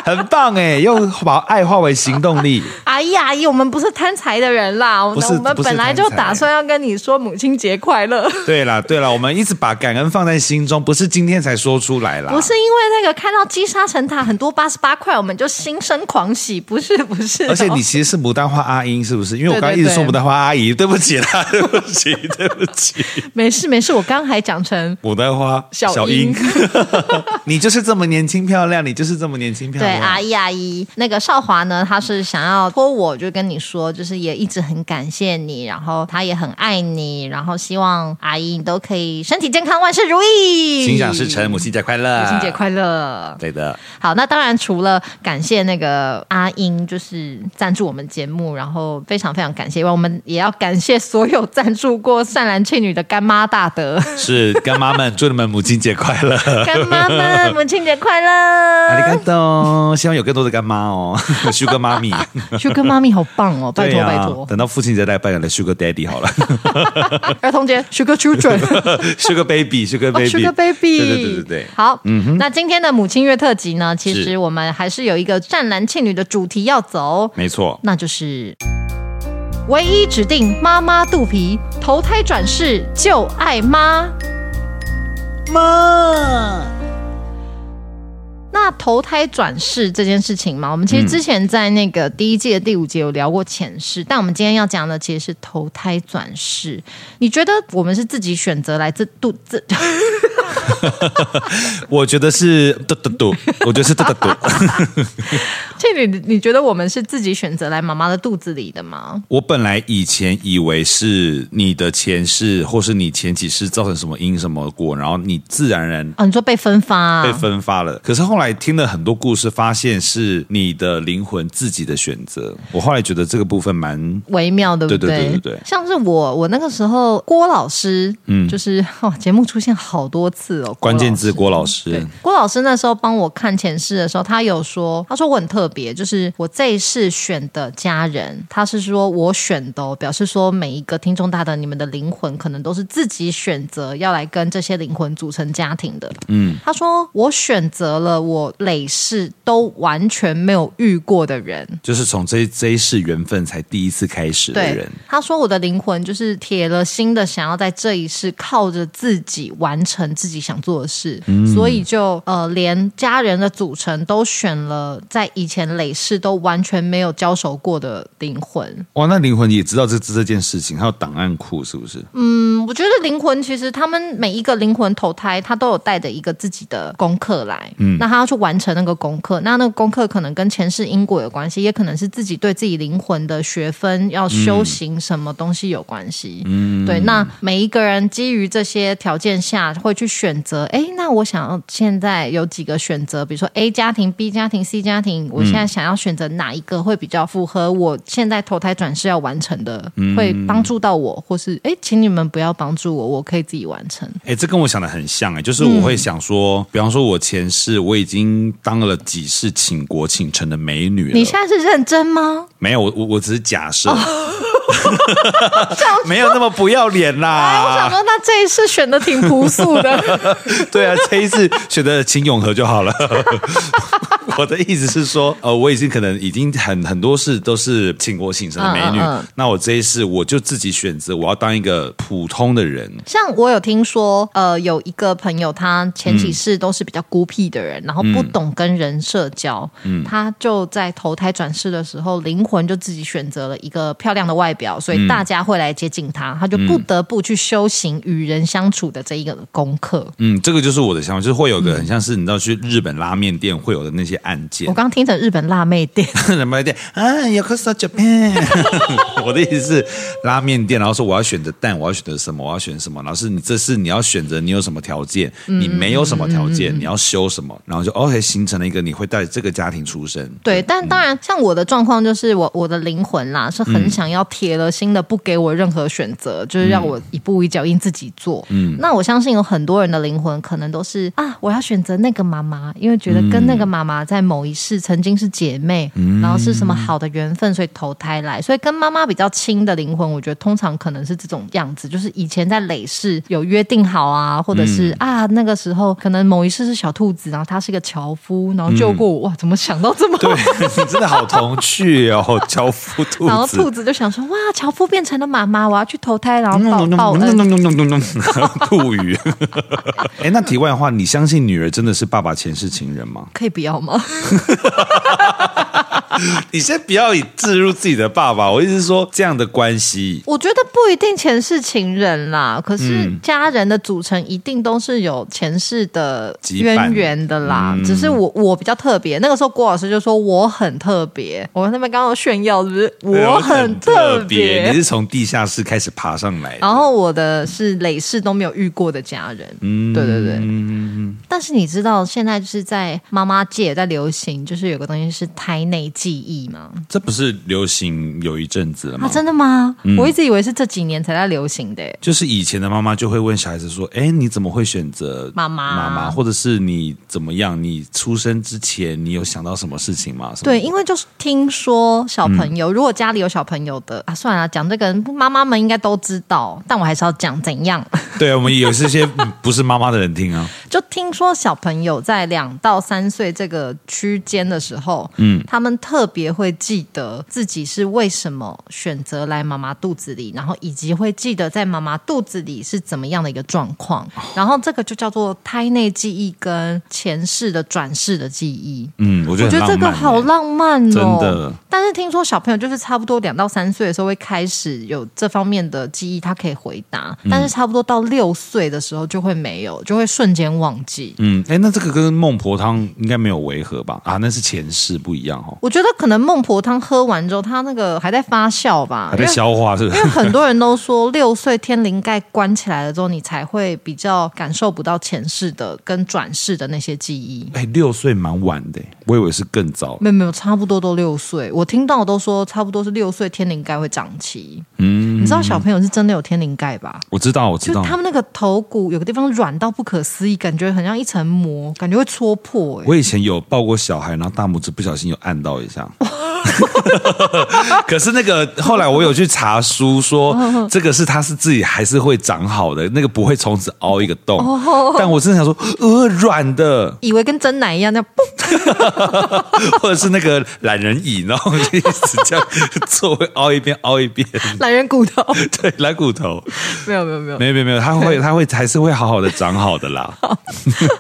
Speaker 3: 很棒哎，又把爱化为行动力。
Speaker 2: 阿姨阿姨，我们不是贪财的人啦，我
Speaker 3: 不
Speaker 2: 们
Speaker 3: 是
Speaker 2: 我们
Speaker 3: 不是
Speaker 2: 本来
Speaker 3: 贪
Speaker 2: 就
Speaker 3: 财
Speaker 2: 打算要跟你说母亲节快乐。
Speaker 3: 对啦对啦，我们一直把感恩放在心中，不是今天才说出来啦。
Speaker 2: 不是因为那个看到积沙成塔很多八十八块，我们就心生狂喜，不是不 是、哦
Speaker 3: 而且你其实是牡丹花阿英，是不是？因为我刚刚一直说牡丹花阿姨，对 不起啦，对不起，对不起，
Speaker 2: 没事没事，我刚还讲成
Speaker 3: 牡丹花
Speaker 2: 小
Speaker 3: 英
Speaker 2: 英，
Speaker 3: 你就是这么年轻漂亮，你就是这么年轻漂
Speaker 2: 对
Speaker 3: 亮。
Speaker 2: 阿姨阿姨，那个少华呢，他是想要托我就跟你说，就是也一直很感谢你，然后他也很爱你，然后希望阿姨你都可以身体健康，万事如意，
Speaker 3: 心想事成，母亲节快乐！
Speaker 2: 母亲节快乐！
Speaker 3: 对的，
Speaker 2: 好，那当然除了感谢那个阿英，就是赞助我们节目，然后非常非常感谢以外，我们也要感谢所有赞助过善兰庆女的干妈大 德，
Speaker 3: 是干妈们，祝你们母亲节快 乐！
Speaker 2: 干妈们母亲节快
Speaker 3: 阿里
Speaker 2: 乐
Speaker 3: 嘎多，希望有更多的干妈哦 ，Sugar 妈咪，
Speaker 2: ！Sugar 妈咪好棒哦，拜
Speaker 3: 对
Speaker 2: 托
Speaker 3: 呀
Speaker 2: 拜托，
Speaker 3: 等到父亲节再拜个 Sugar Daddy 好了
Speaker 2: 儿童节 Sugar Children。
Speaker 3: ，Sugar Baby，Sugar
Speaker 2: 哦
Speaker 3: Baby，
Speaker 2: ，Sugar Baby，
Speaker 3: 对对对对对。嗯
Speaker 2: 好，那今天的母亲月特辑呢，其实
Speaker 3: 是
Speaker 2: 我们还是有一个湛蓝庆女的主题要走，
Speaker 3: 没错，
Speaker 2: 那就是唯一指定妈妈肚皮投胎转世就爱妈妈。那投胎转世这件事情嘛，我们其实之前在那个第一季的第五节有聊过前世，但我们今天要讲的其实是投胎转世。你觉得我们是自己选择来自度自？
Speaker 3: 我觉得是嘟嘟嘟，我觉得是嘟嘟嘟。
Speaker 2: 这你你觉得我们是自己选择来妈妈的肚子里的吗？
Speaker 3: 我本来以前以为是你的前世或是你前几世造成什么因什么果，然后你自然而然
Speaker 2: 啊，你说被分发、啊？
Speaker 3: 被分发了。可是后来听了很多故事，发现是你的灵魂自己的选择。我后来觉得这个部分蛮
Speaker 2: 微妙，对不
Speaker 3: 对对对对对
Speaker 2: 像是我，我那个时候郭老师，嗯，就是 哦，节目出现好多次哦，
Speaker 3: 关键字。嗯
Speaker 2: 字。
Speaker 3: 郭老师
Speaker 2: 对，郭老师那时候帮我看前世的时候，他有说，他说我很特别，就是我这一世选的家人，他是说我选的、哦，表示说每一个听众大的你们的灵魂可能都是自己选择要来跟这些灵魂组成家庭的。嗯，他说我选择了我累世都完全没有遇过的人，
Speaker 3: 就是从这这一世缘分才第一次开始的
Speaker 2: 对
Speaker 3: 人。，
Speaker 2: 他说我的灵魂就是铁了心的想要在这一世靠着自己完成自己想做的事，
Speaker 3: 嗯
Speaker 2: 所以就呃连家人的组成都选了在以前累世都完全没有交手过的灵魂。
Speaker 3: 哇，那灵魂也知道这这件事情，还有档案库是不是？
Speaker 2: 嗯，我觉得灵魂其实他们每一个灵魂投胎，他都有带着一个自己的功课来，嗯，那他要去完成那个功课，那那个功课可能跟前世因果有关系，也可能是自己对自己灵魂的学分要
Speaker 3: 嗯
Speaker 2: 修行什么东西有关系，嗯，对，那每一个人基于这些条件下会去选择，哎，那我想要现在有几个选择，比如说 A 家庭、B 家庭、C 家庭，我现在想要选择哪一个会比较符合我现在投胎转世要完成的，会帮助到我，或是哎，请你们不要帮助我，我可以自己完成。
Speaker 3: 哎、这跟我想的很像哎、就是我会想说，比方说我前世我已经当了几世倾国倾城的美女了，
Speaker 2: 你现在是认真吗？
Speaker 3: 没有，我我我只是假设，
Speaker 2: 哦
Speaker 3: 没有那么不要脸
Speaker 2: 哎，我想
Speaker 3: 啦。
Speaker 2: 说，那这一次选的挺朴素的，
Speaker 3: 对啊，这一次选择秦永和就好了。 我的意思是说，呃，我已经可能已经很很多事都是倾国倾城的美女，
Speaker 2: 嗯嗯嗯
Speaker 3: 那我这一世我就自己选择，我要当一个普通的人。
Speaker 2: 像我有听说，呃，有一个朋友，他前几世都是比较孤僻的人，然后不懂跟人社交，他就在投胎转世的时候，灵魂就自己选择了一个漂亮的外表，所以大家会来接近他，他就不得不去修行与人相处的这一个功课。
Speaker 3: 嗯，这个就是我的想法，就是会有
Speaker 2: 嗯
Speaker 3: 个很像是你知道去日本拉面店会有的那些案件
Speaker 2: 我。刚听成日本辣妹店，
Speaker 3: 什么店啊？有可 Japan。我的意思是拉面店，然后说我要选择蛋，我要选择什么，我要选什么。老师，你这是你要选择你有什么条件，
Speaker 2: 嗯
Speaker 3: 你没有什么条件，你要修什么，然后就 OK 形成了一个你会带这个家庭出身。
Speaker 2: 嗯对，嗯但当然，像我的状况就是我我的灵魂啦，是很想要铁了心的不给我任何选择，就是让我一步一脚印自己做。嗯，那我相信有很多人的灵魂可能都是啊，我要选择那个妈妈，因为觉得跟那个妈妈在某一世曾经是姐妹，然后是什么好的缘分，所以投胎来，所以跟妈妈比较亲的灵魂，我觉得通常可能是这种样子，就是以前在累世有约定好啊，或者是、啊那个时候可能某一世是小兔子，然后他是个樵夫，然后救过我，哇，怎么想到这么
Speaker 3: 对你真的好童趣哦，樵夫兔
Speaker 2: 然后
Speaker 3: 子
Speaker 2: 兔。子就想说：“哇，樵夫变成了妈妈，我要去投胎，然后报报恩。
Speaker 3: 兔语。哎，那题外话，你相信女儿真的是爸爸前世情人吗？
Speaker 2: 可以不要吗？
Speaker 3: 你先不要以置入自己的爸爸，我意思是说这样的关系
Speaker 2: 我觉得不一定前世情人啦，可是家人的组成一定都是有前世的渊源的啦。只是我我比较特别，那个时候郭老师就说我很特别，我那边刚刚有炫耀是不是？
Speaker 3: 对
Speaker 2: 我哎很特
Speaker 3: 你
Speaker 2: 别。哦
Speaker 3: 是从地下室开始爬上来的。
Speaker 2: 然后我的是累世都没有遇过的家人，嗯，对对对，
Speaker 3: 嗯，
Speaker 2: 但是你知道现在就是在妈妈界也在流行，就是有个东西是胎内记忆吗？
Speaker 3: 这不是流行有一阵子了吗？
Speaker 2: 啊，真的吗？我一直以为是这几年才在流行的欸。
Speaker 3: 就是以前的妈妈就会问小孩子说：“哎，你怎么会选择
Speaker 2: 妈妈
Speaker 3: 妈妈，或者是你怎么样？你出生之前你有想到什么事情吗？”什么
Speaker 2: 对，，因为就是听说小朋友，如果家里有小朋友的啊，算了，讲这个妈妈们应该都知道，但我还是要讲怎样。
Speaker 3: 对我们有这些 不是妈妈的人听啊，
Speaker 2: 就听说小朋友在两到三岁这个区间的时候，嗯，他们们特别会记得自己是为什么选择来妈妈肚子里，然后以及会记得在妈妈肚子里是怎么样的一个状况。然后这个就叫做胎内记忆跟前世的转世的记忆。
Speaker 3: 嗯，我觉
Speaker 2: 我
Speaker 3: 得
Speaker 2: 觉
Speaker 3: 很
Speaker 2: 得
Speaker 3: 浪
Speaker 2: 这
Speaker 3: 漫
Speaker 2: 个好
Speaker 3: 欸
Speaker 2: 浪漫哦，
Speaker 3: 真的
Speaker 2: 但是听说小朋友就是差不多两到三岁的时候会开始有这方面的记忆，他可以回答，
Speaker 3: 嗯
Speaker 2: 但是差不多到六岁的时候就会没有，就会瞬间忘记。
Speaker 3: 嗯，哎，那这个跟孟婆汤应该没有违和吧？啊，那是前世不一样哦，
Speaker 2: 我觉得可能孟婆汤喝完之后，它那个还在发酵吧，
Speaker 3: 还在消化是不
Speaker 2: 因为。因
Speaker 3: 是
Speaker 2: 为？很多人都说，六岁天灵盖关起来了之后，你才会比较感受不到前世的跟转世的那些记忆。
Speaker 3: 哎，六岁蛮晚的欸，我以为是更早。
Speaker 2: 没有没有，差不多都六岁。我听到都说差不多是六岁天灵盖会长齐。嗯，你知道小朋友是真的有天灵盖吧？
Speaker 3: 我知道，我知
Speaker 2: 就
Speaker 3: 道，
Speaker 2: 他们那个头骨有个地方软到不可思议，感觉很像一层膜，感觉会戳破、欸。
Speaker 3: 我以前有抱过小孩，然后大拇指不小心有按到一 下。可是那个后来我有去查书说，
Speaker 2: 嗯
Speaker 3: 这个是它是自己还是会长好的，那个不会从此凹一个洞。
Speaker 2: 哦
Speaker 3: 但我真的想说，呃，软的，
Speaker 2: 以为跟真奶一样，那样嘣
Speaker 3: 或者是那个懒人椅，然后就一直这样坐，会凹一边凹一 边，
Speaker 2: 懒人骨头。
Speaker 3: 对，蓝骨头，
Speaker 2: 没有没有没有，
Speaker 3: 没有没有没有，它
Speaker 2: 嗯
Speaker 3: 会它会还是会好好的长好的啦。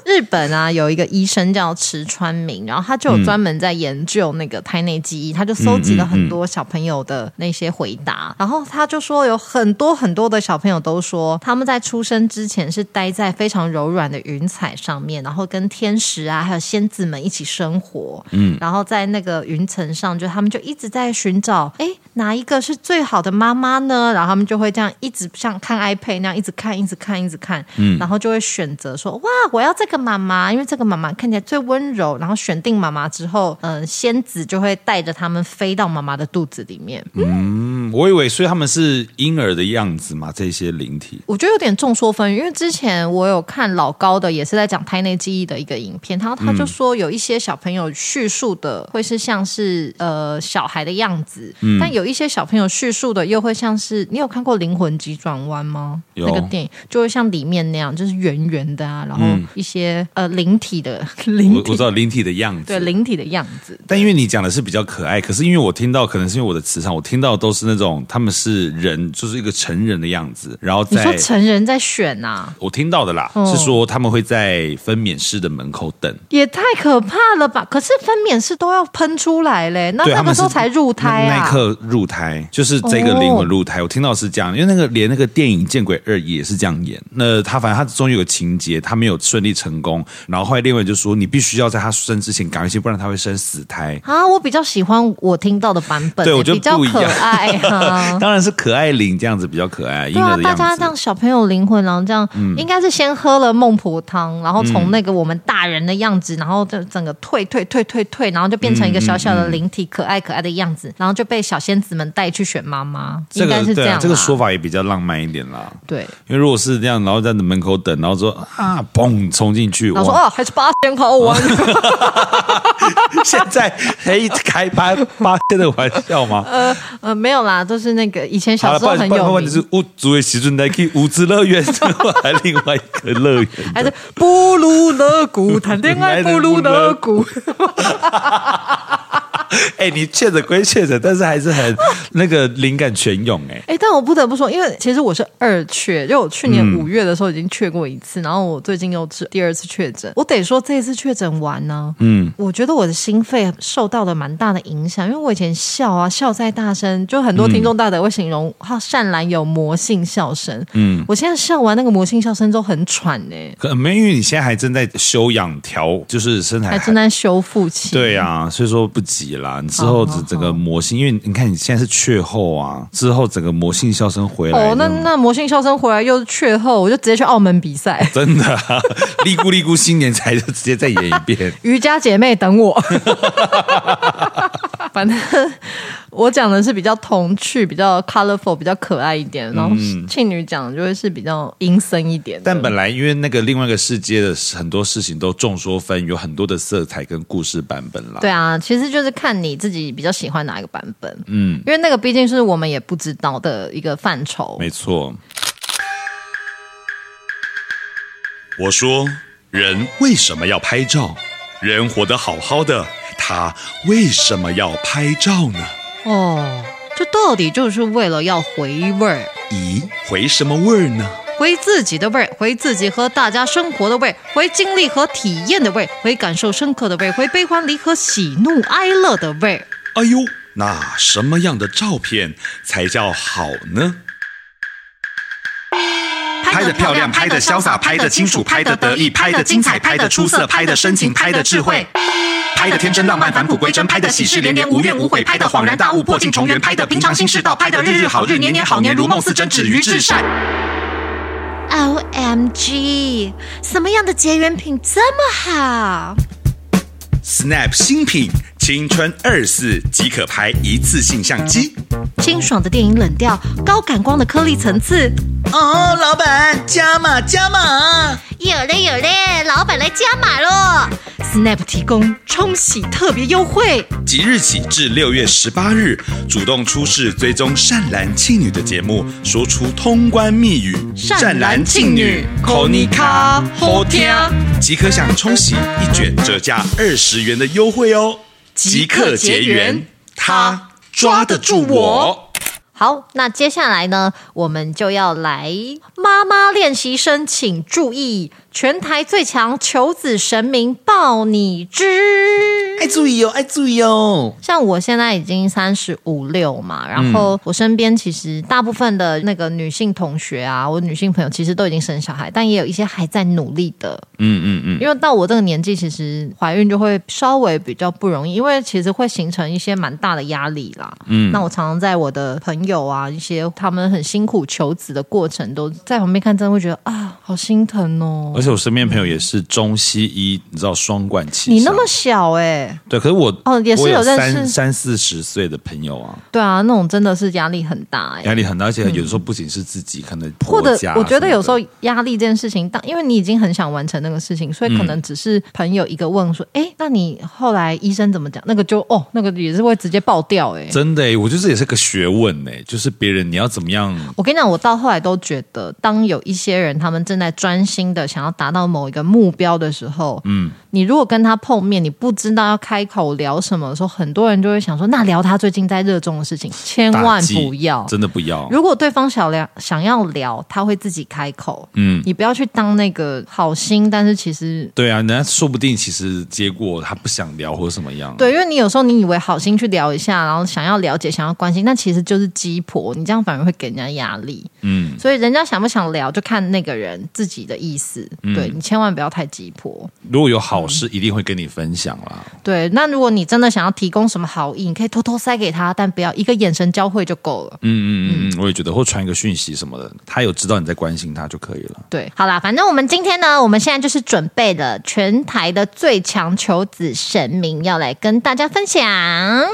Speaker 2: 日本啊有一个医生叫池川明，然后他就有专门在研究那个胎内记忆，他就搜集了很多小朋友的那些回答，然后他就说有很多很多的小朋友都说他们在出生之前是待在非常柔软的云彩上面，然后跟天使啊还有仙子们一起生活，嗯，然后在那个云层上，就他们就一直在寻找，哎，哪一个是最好的妈妈呢？然后他们就会这样一直像看 iPad 那样一直看，一直看，一直看，嗯，然后就会选择说，哇，我要这个妈妈，因为这个妈妈看起来最温柔。然后选定妈妈之后，嗯、仙子就会带着他们飞到妈妈的肚子里面。
Speaker 3: 嗯我以为，所以他们是婴儿的样子嘛，这些灵体。
Speaker 2: 我觉得有点众说纷纭，因为之前我有看老高的，也是在讲胎内记忆的一个影片，然后
Speaker 3: 嗯
Speaker 2: 他就说有一些小朋友叙述的会是像是呃小孩的样子，
Speaker 3: 嗯
Speaker 2: 但有一些小朋友叙述的又会像是你有看过《灵魂急转弯》吗？
Speaker 3: 有
Speaker 2: 那个电影就会像里面那样，就是圆圆的啊，然后一些、呃灵体的
Speaker 3: 我
Speaker 2: 灵
Speaker 3: 嗯我知
Speaker 2: 体，
Speaker 3: 道灵体的样子，
Speaker 2: 对灵体的样子。
Speaker 3: 但因为你讲的是比较可爱，可是因为我听到，可能是因为我的磁场，我听到都是那种他们是人，就是一个成人的样子，然后
Speaker 2: 你说
Speaker 3: 在
Speaker 2: 成人在选啊，
Speaker 3: 我听到的啦，
Speaker 2: 哦
Speaker 3: 是说他们会在分娩室的门口等，
Speaker 2: 也太可怕了吧！可是分娩是都要喷出来嘞，那
Speaker 3: 对，
Speaker 2: 那
Speaker 3: 他
Speaker 2: 个
Speaker 3: 们是
Speaker 2: 时候才入胎
Speaker 3: 那
Speaker 2: 啊。
Speaker 3: 那一刻入胎就是这个灵魂入胎，我听到是这样，因为那个连那个电影《见鬼二》也是这样演，那他反正他终于有个情节，他没有顺利成功，然后后来另外就说你必须要在他生之前赶快去，不然他会生死胎。
Speaker 2: 啊，我比较喜欢我听到的版本，
Speaker 3: 对我觉得
Speaker 2: 比较
Speaker 3: 不一样。
Speaker 2: 可爱 啊
Speaker 3: 当然是可爱灵这样子比较可爱，婴
Speaker 2: 对
Speaker 3: 儿
Speaker 2: 啊，
Speaker 3: 的
Speaker 2: 大
Speaker 3: 样子。嗯
Speaker 2: 家这样小朋友灵魂，然后这样，应该是先喝了孟婆汤，然后从那个我们大人的样子，然后就整个退退退退退，然后就变成一个小小的灵体，可爱可爱的样子，然后就被小仙子们带去选妈妈，
Speaker 3: 这
Speaker 2: 应该
Speaker 3: 个对
Speaker 2: 是这样
Speaker 3: 啊
Speaker 2: 啦。，
Speaker 3: 这个说法也比较浪漫一点啦。
Speaker 2: 对，
Speaker 3: 因为如果是这样，然后在门口等，然后说啊，砰，冲进去，
Speaker 2: 然后说
Speaker 3: 哇！
Speaker 2: 哦，还是八千好玩，
Speaker 3: 现在可以开八八千的玩笑吗？
Speaker 2: 呃，没有啦，就是那个以前
Speaker 3: 好
Speaker 2: 小
Speaker 3: 了，
Speaker 2: 时
Speaker 3: 不
Speaker 2: 候
Speaker 3: 然
Speaker 2: 很
Speaker 3: 不然
Speaker 2: 有
Speaker 3: 问题
Speaker 2: 名
Speaker 3: 是，屋主的时阵来去五子乐园，还另外一个乐园，
Speaker 2: 还是不如乐谷谈恋
Speaker 3: 还
Speaker 2: 爱
Speaker 3: 是
Speaker 2: 不
Speaker 3: 不
Speaker 2: 如
Speaker 3: 如
Speaker 2: 乐谷。
Speaker 3: 哎、你确诊归确诊，但是还是很那个灵感泉涌哎、
Speaker 2: 哎、但我不得不说，因为其实我是二确，就我去年五月的时候已经确过一次，然后我最近又是第二次确诊。我得说这一次确诊完呢、嗯，我觉得我的心肺受到了蛮大的影响，因为我以前笑啊笑再大声，就很多听众大德会形容哈善兰有魔性笑声，嗯，我现在笑完那个魔性笑声之后很喘哎、
Speaker 3: 可没，因为你现在还正在休养调，就是身材
Speaker 2: 还正在修复期，
Speaker 3: 对啊，所以说不急啦，你之后整整个
Speaker 2: 嗯
Speaker 3: 魔性，因为你看你现在是雀后啊，之后整个魔性笑声回来，
Speaker 2: 哦，那那魔性笑声回来又是确后，我就直接去澳门比赛，
Speaker 3: 真的、 啊，利姑利姑新年才就直接再演一遍。
Speaker 2: 瑜伽姐妹等我。 反正我讲的是比较童趣、比较 colorful、比较可爱一点，然后庆女讲的就会是比较阴森一点的。
Speaker 3: 嗯但本来因为那个另外一个世界的很多事情都众说纷纭，有很多的色彩跟故事版本啦。
Speaker 2: 对啊，其实就是看你自己比较喜欢哪一个版本，嗯，因为那个毕竟是我们也不知道的一个范畴。
Speaker 3: 没错。我说，人为什么要拍照？人活得好好的，
Speaker 1: 他为什么要拍照呢？
Speaker 2: 哦，这到底就是为了要回味儿，
Speaker 1: 咦，回什么味儿呢？
Speaker 2: 回自己的味儿，回自己和大家生活的味儿，回经历和体验的味儿，回感受深刻的味儿，回悲欢离合、喜怒哀乐的味儿。
Speaker 1: 哎呦，那什么样的照片才叫好呢？
Speaker 2: 拍
Speaker 4: 拍
Speaker 2: 得
Speaker 4: 得
Speaker 2: 漂
Speaker 4: 漂
Speaker 2: 亮，
Speaker 4: 亮，
Speaker 2: 拍
Speaker 4: 拍
Speaker 2: 得
Speaker 4: 得
Speaker 2: 潇
Speaker 4: 潇
Speaker 2: 洒，
Speaker 4: 洒，
Speaker 2: 拍
Speaker 4: 拍
Speaker 2: 得
Speaker 4: 得
Speaker 2: 清
Speaker 4: 清
Speaker 2: 楚，
Speaker 4: 楚，
Speaker 2: 拍
Speaker 4: 拍
Speaker 2: 得
Speaker 4: 得
Speaker 2: 得
Speaker 4: 得
Speaker 2: 意，
Speaker 4: 意，
Speaker 2: 拍
Speaker 4: 拍
Speaker 2: 得
Speaker 4: 得
Speaker 2: 精
Speaker 4: 精
Speaker 2: 彩，
Speaker 4: 彩，
Speaker 2: 拍
Speaker 4: 拍
Speaker 2: 得
Speaker 4: 得
Speaker 2: 出
Speaker 4: 出
Speaker 2: 色，
Speaker 4: 色，
Speaker 2: 拍
Speaker 4: 拍
Speaker 2: 得
Speaker 4: 得
Speaker 2: 深
Speaker 4: 深
Speaker 2: 情，
Speaker 4: 情，
Speaker 2: 拍
Speaker 4: 拍
Speaker 2: 得
Speaker 4: 得
Speaker 2: 智
Speaker 4: 智
Speaker 2: 慧
Speaker 4: 慧，
Speaker 2: 拍得
Speaker 4: 拍得
Speaker 2: 天
Speaker 4: 天
Speaker 2: 真
Speaker 4: 真
Speaker 2: 浪
Speaker 4: 浪
Speaker 2: 漫、
Speaker 4: 漫、
Speaker 2: 返
Speaker 4: 返
Speaker 2: 璞
Speaker 4: 璞
Speaker 2: 归
Speaker 4: 归
Speaker 2: 真，
Speaker 4: 真，
Speaker 2: 拍
Speaker 4: 拍
Speaker 2: 得
Speaker 4: 得
Speaker 2: 喜
Speaker 4: 喜
Speaker 2: 事
Speaker 4: 事
Speaker 2: 连
Speaker 4: 连
Speaker 2: 连，
Speaker 4: 连，
Speaker 2: 无
Speaker 4: 无
Speaker 2: 怨
Speaker 4: 怨
Speaker 2: 无
Speaker 4: 无
Speaker 2: 悔，
Speaker 4: 悔，
Speaker 2: 拍
Speaker 4: 拍
Speaker 2: 得
Speaker 4: 得
Speaker 2: 恍
Speaker 4: 恍
Speaker 2: 然
Speaker 4: 然
Speaker 2: 大
Speaker 4: 大
Speaker 2: 悟，
Speaker 4: 悟，
Speaker 2: 破
Speaker 4: 破
Speaker 2: 镜
Speaker 4: 镜
Speaker 2: 重
Speaker 4: 重
Speaker 2: 圆，
Speaker 4: 圆，
Speaker 2: 拍
Speaker 4: 拍
Speaker 2: 得
Speaker 4: 得
Speaker 2: 冰
Speaker 4: 冰
Speaker 2: 场
Speaker 4: 场
Speaker 2: 心
Speaker 4: 心
Speaker 2: 事
Speaker 4: 事
Speaker 2: 道，
Speaker 4: 道，
Speaker 2: 拍
Speaker 4: 拍
Speaker 2: 得
Speaker 4: 得
Speaker 2: 日
Speaker 4: 日
Speaker 2: 日
Speaker 4: 日
Speaker 2: 好
Speaker 4: 好
Speaker 2: 日，
Speaker 4: 日，
Speaker 2: 年
Speaker 4: 年
Speaker 2: 年
Speaker 4: 年
Speaker 2: 好
Speaker 4: 好
Speaker 2: 年，
Speaker 4: 年，
Speaker 2: 如
Speaker 4: 如
Speaker 2: 梦
Speaker 4: 梦
Speaker 2: 似
Speaker 4: 似
Speaker 2: 真，
Speaker 4: 真，
Speaker 2: 指
Speaker 4: 指
Speaker 2: 于
Speaker 4: 于
Speaker 2: 至
Speaker 4: 至
Speaker 2: 善
Speaker 4: 善。。
Speaker 2: OMG，什么样的结缘品这么好？
Speaker 1: Snap 新品青春二四即可拍一次性相机。
Speaker 2: 清爽的电影冷调，高感光的颗粒层次。
Speaker 5: 哦，老板，加码啊加码！
Speaker 2: 有嘞有嘞，老板来加码喽！Snap 提供冲洗特别优惠，
Speaker 1: 即日起至六月十八日，主动出示追踪善男信女的节目，说出通关密语“口尼卡好听”，即可享冲洗一卷折价二十元的优惠哦！
Speaker 2: 即刻结缘
Speaker 1: 他抓得住我。
Speaker 2: 好，那接下来呢，我们就要来妈妈练习生，请注意，全台最强求子神明抱你知。
Speaker 5: 爱注意哦，爱注意哦！
Speaker 2: 像我现在已经三十五六嘛，然
Speaker 3: 嗯
Speaker 2: 后我身边其实大部分的那个女性同学啊，我女性朋友其实都已经生小孩，但也有一些还在努力的。
Speaker 3: 嗯嗯嗯，
Speaker 2: 因为到我这个年纪，其实怀孕就会稍微比较不容易，因为其实会形成一些蛮大的压力啦。嗯，那我常常在我的朋友啊，一些他们很辛苦求子的过程，都在旁边看，真的会觉得啊，好心疼哦
Speaker 3: 而。且我身边朋友也是中西医，你知道双管齐下。
Speaker 2: 你那么小哎、
Speaker 3: 对，可是我
Speaker 2: 哦也是
Speaker 3: 我
Speaker 2: 有
Speaker 3: 有
Speaker 2: 认识
Speaker 3: 三三四十岁的朋友啊，
Speaker 2: 对啊，那种真的是压力很大哎、
Speaker 3: 压力很大，而且有时候不仅是自己，可能
Speaker 2: 或者
Speaker 3: 婆家啊
Speaker 2: 我觉得有时
Speaker 3: 什么
Speaker 2: 候
Speaker 3: 的
Speaker 2: 压力这件事情，当因为你已经很想完成那个事情，所以可能只是朋友一个问说，哎、那你后来医生怎么讲？那个就哦，那个也是会直接爆掉哎、
Speaker 3: 真的欸，我觉得这也是个学问呢，欸就是别人你要怎么样，
Speaker 2: 我跟你讲，我到后来都觉得，当有一些人他们正在专心的想要达到某一个目标的时候，嗯，你如果跟他碰面，你不知道要开口聊什么的时候，很多人就会想说，那聊他最近在热衷的事情，千
Speaker 3: 大
Speaker 2: 万
Speaker 3: 忌
Speaker 2: 不要。
Speaker 3: 真的不要。
Speaker 2: 如果对方想聊想要聊，他会自己开口，嗯，你不要去当那个好心，但是其实。
Speaker 3: 对啊，人家说不定其实结果他不想聊或什么样。
Speaker 2: 对，因为你有时候你以为好心去聊一下，然后想要了解、想要关心，但其实就是鸡婆，你这样反而会给人家压力。
Speaker 3: 嗯，
Speaker 2: 所以人家想不想聊，就看那个人自己的意思。
Speaker 3: 嗯
Speaker 2: 对你千万不要太急迫。
Speaker 3: 如果有好
Speaker 2: 嗯
Speaker 3: 事，一定会跟你分享啦。
Speaker 2: 对，那如果你真的想要提供什么好意，你可以偷偷塞给他，但不要一个眼神交汇就够了。
Speaker 3: 嗯嗯嗯嗯，我也觉得，或传一个讯息什么的，他有知道你在关心他就可以了。
Speaker 2: 对，好啦，反正我们今天呢，我们现在就是准备了全台的最强求子神明，要来跟大家分享。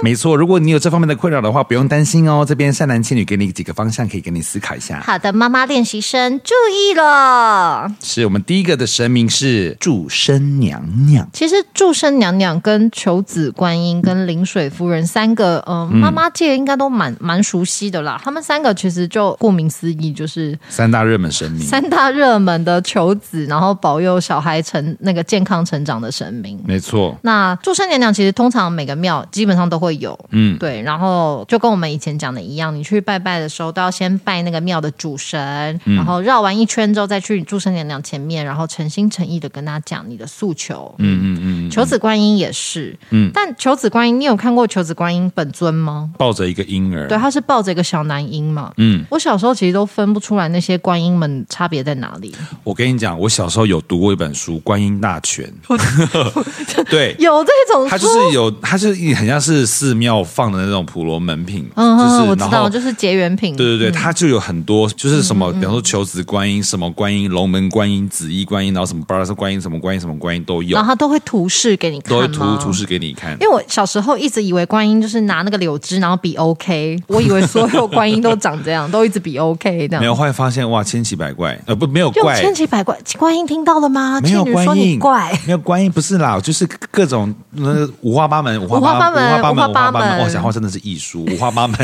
Speaker 3: 没错，如果你有这方面的困扰的话，不用担心哦。这边善男信女给你几个方向，可以给你思考一下。
Speaker 2: 好的，妈妈练习生注意了。
Speaker 3: 是我们第一个的神明是祝生娘娘，
Speaker 2: 其实祝生娘娘、跟求子观音、跟临水夫人三个，呃、嗯，妈妈界应该都蛮蛮熟悉的啦。他们三个其实就顾名思义，就是
Speaker 3: 三大热门神明。
Speaker 2: 三大热门的求子，然后保佑小孩成那个健康成长的神明。
Speaker 3: 没错，
Speaker 2: 那祝生娘娘其实通常每个庙基本上都会有，
Speaker 3: 嗯，
Speaker 2: 对，然后就跟我们以前讲的一样，你去拜拜的时候都要先拜那个庙的主神，
Speaker 3: 嗯
Speaker 2: 然后绕完一圈之后再去祝生娘娘前面，然后诚心诚意的跟她讲你的诉求。嗯嗯嗯，求子观音也是，嗯，但求子观音，你有看过求子观音本尊吗？
Speaker 3: 抱着一个婴儿，
Speaker 2: 对，他是抱着一个小男婴嘛。
Speaker 3: 嗯，
Speaker 2: 我小时候其实都分不出来那些观音们差别在哪里。
Speaker 3: 我跟你讲，我小时候有读过一本书《观音大全》， 对，
Speaker 2: 有这种
Speaker 3: 它
Speaker 2: 书，
Speaker 3: 就是有，它就是很像是寺庙放的那种普罗门品，
Speaker 2: 嗯，
Speaker 3: 就是
Speaker 2: 我知
Speaker 3: 然
Speaker 2: 道，
Speaker 3: 后
Speaker 2: 就是嗯结缘品。
Speaker 3: 对对对，它就有很多，就是什
Speaker 2: 嗯
Speaker 3: 么，比方说求子观音、什么观音、龙门观音、紫衣观音，然后什么巴拉斯观音、什么观音、什么观音都有
Speaker 2: 然，后他都会图示给你看
Speaker 3: 都会
Speaker 2: 吗
Speaker 3: 图图示给你看
Speaker 2: 因。为我小时候一直以为观音就是拿那个柳枝，然后比 OK，我以为所有观音都长这样，都一直比 OK 这
Speaker 3: 没有，
Speaker 2: 样。
Speaker 3: 后来发现哇，千奇百怪，呃，不，没有
Speaker 2: 就
Speaker 3: 怪，
Speaker 2: 千奇百怪，观音听到了吗？
Speaker 3: 没有
Speaker 2: 倩女
Speaker 3: 观
Speaker 2: 说你
Speaker 3: 音，
Speaker 2: 怪，
Speaker 3: 没有观音，不是啦，就是各种那五花八 门，五
Speaker 2: 花八门
Speaker 3: 五花八
Speaker 2: 五花
Speaker 3: 门，五哦
Speaker 2: 八
Speaker 3: 花
Speaker 2: 门
Speaker 3: 八门，哇，讲话真的是艺术，五花八门，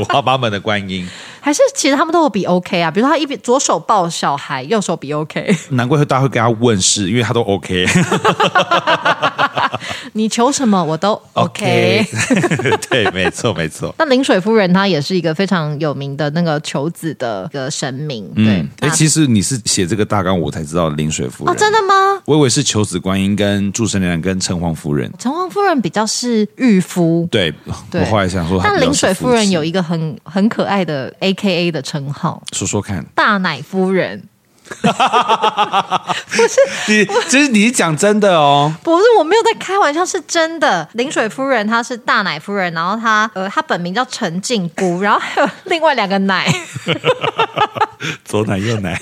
Speaker 3: 五花八门的观音，
Speaker 2: 还是其实他们都有比 OK 啊？比如说他一边左手抱小孩，右手比 OK，
Speaker 3: 难怪会大家会跟他问是，因为他都 OK。
Speaker 2: 你求什么我都 OK。
Speaker 3: 对，没错，没错。
Speaker 2: 那临水夫人她也是一个非常有名的那个求子的一个神明，对啊
Speaker 3: 嗯，，哎、其实你是写这个大纲，我才知道临水夫
Speaker 2: 哦，
Speaker 3: 人。
Speaker 2: 真的吗？
Speaker 3: 我以为是求子观音、跟祝生娘娘、跟城隍夫人。
Speaker 2: 城隍夫人比较是御夫，
Speaker 3: 对，
Speaker 2: 对
Speaker 3: 我后来想说，
Speaker 2: 但临水夫人有
Speaker 3: 一
Speaker 2: 一个很很可爱的 A K A 的称号
Speaker 3: 说说看
Speaker 2: ——，大奶夫人。
Speaker 3: 你其实你讲真的哦，
Speaker 2: 不是，我没有在开玩笑，是真的。临水夫人她是大奶夫人，然后她呃，她本名叫陈靖姑，然后还有另外两个奶，
Speaker 3: 左奶右奶，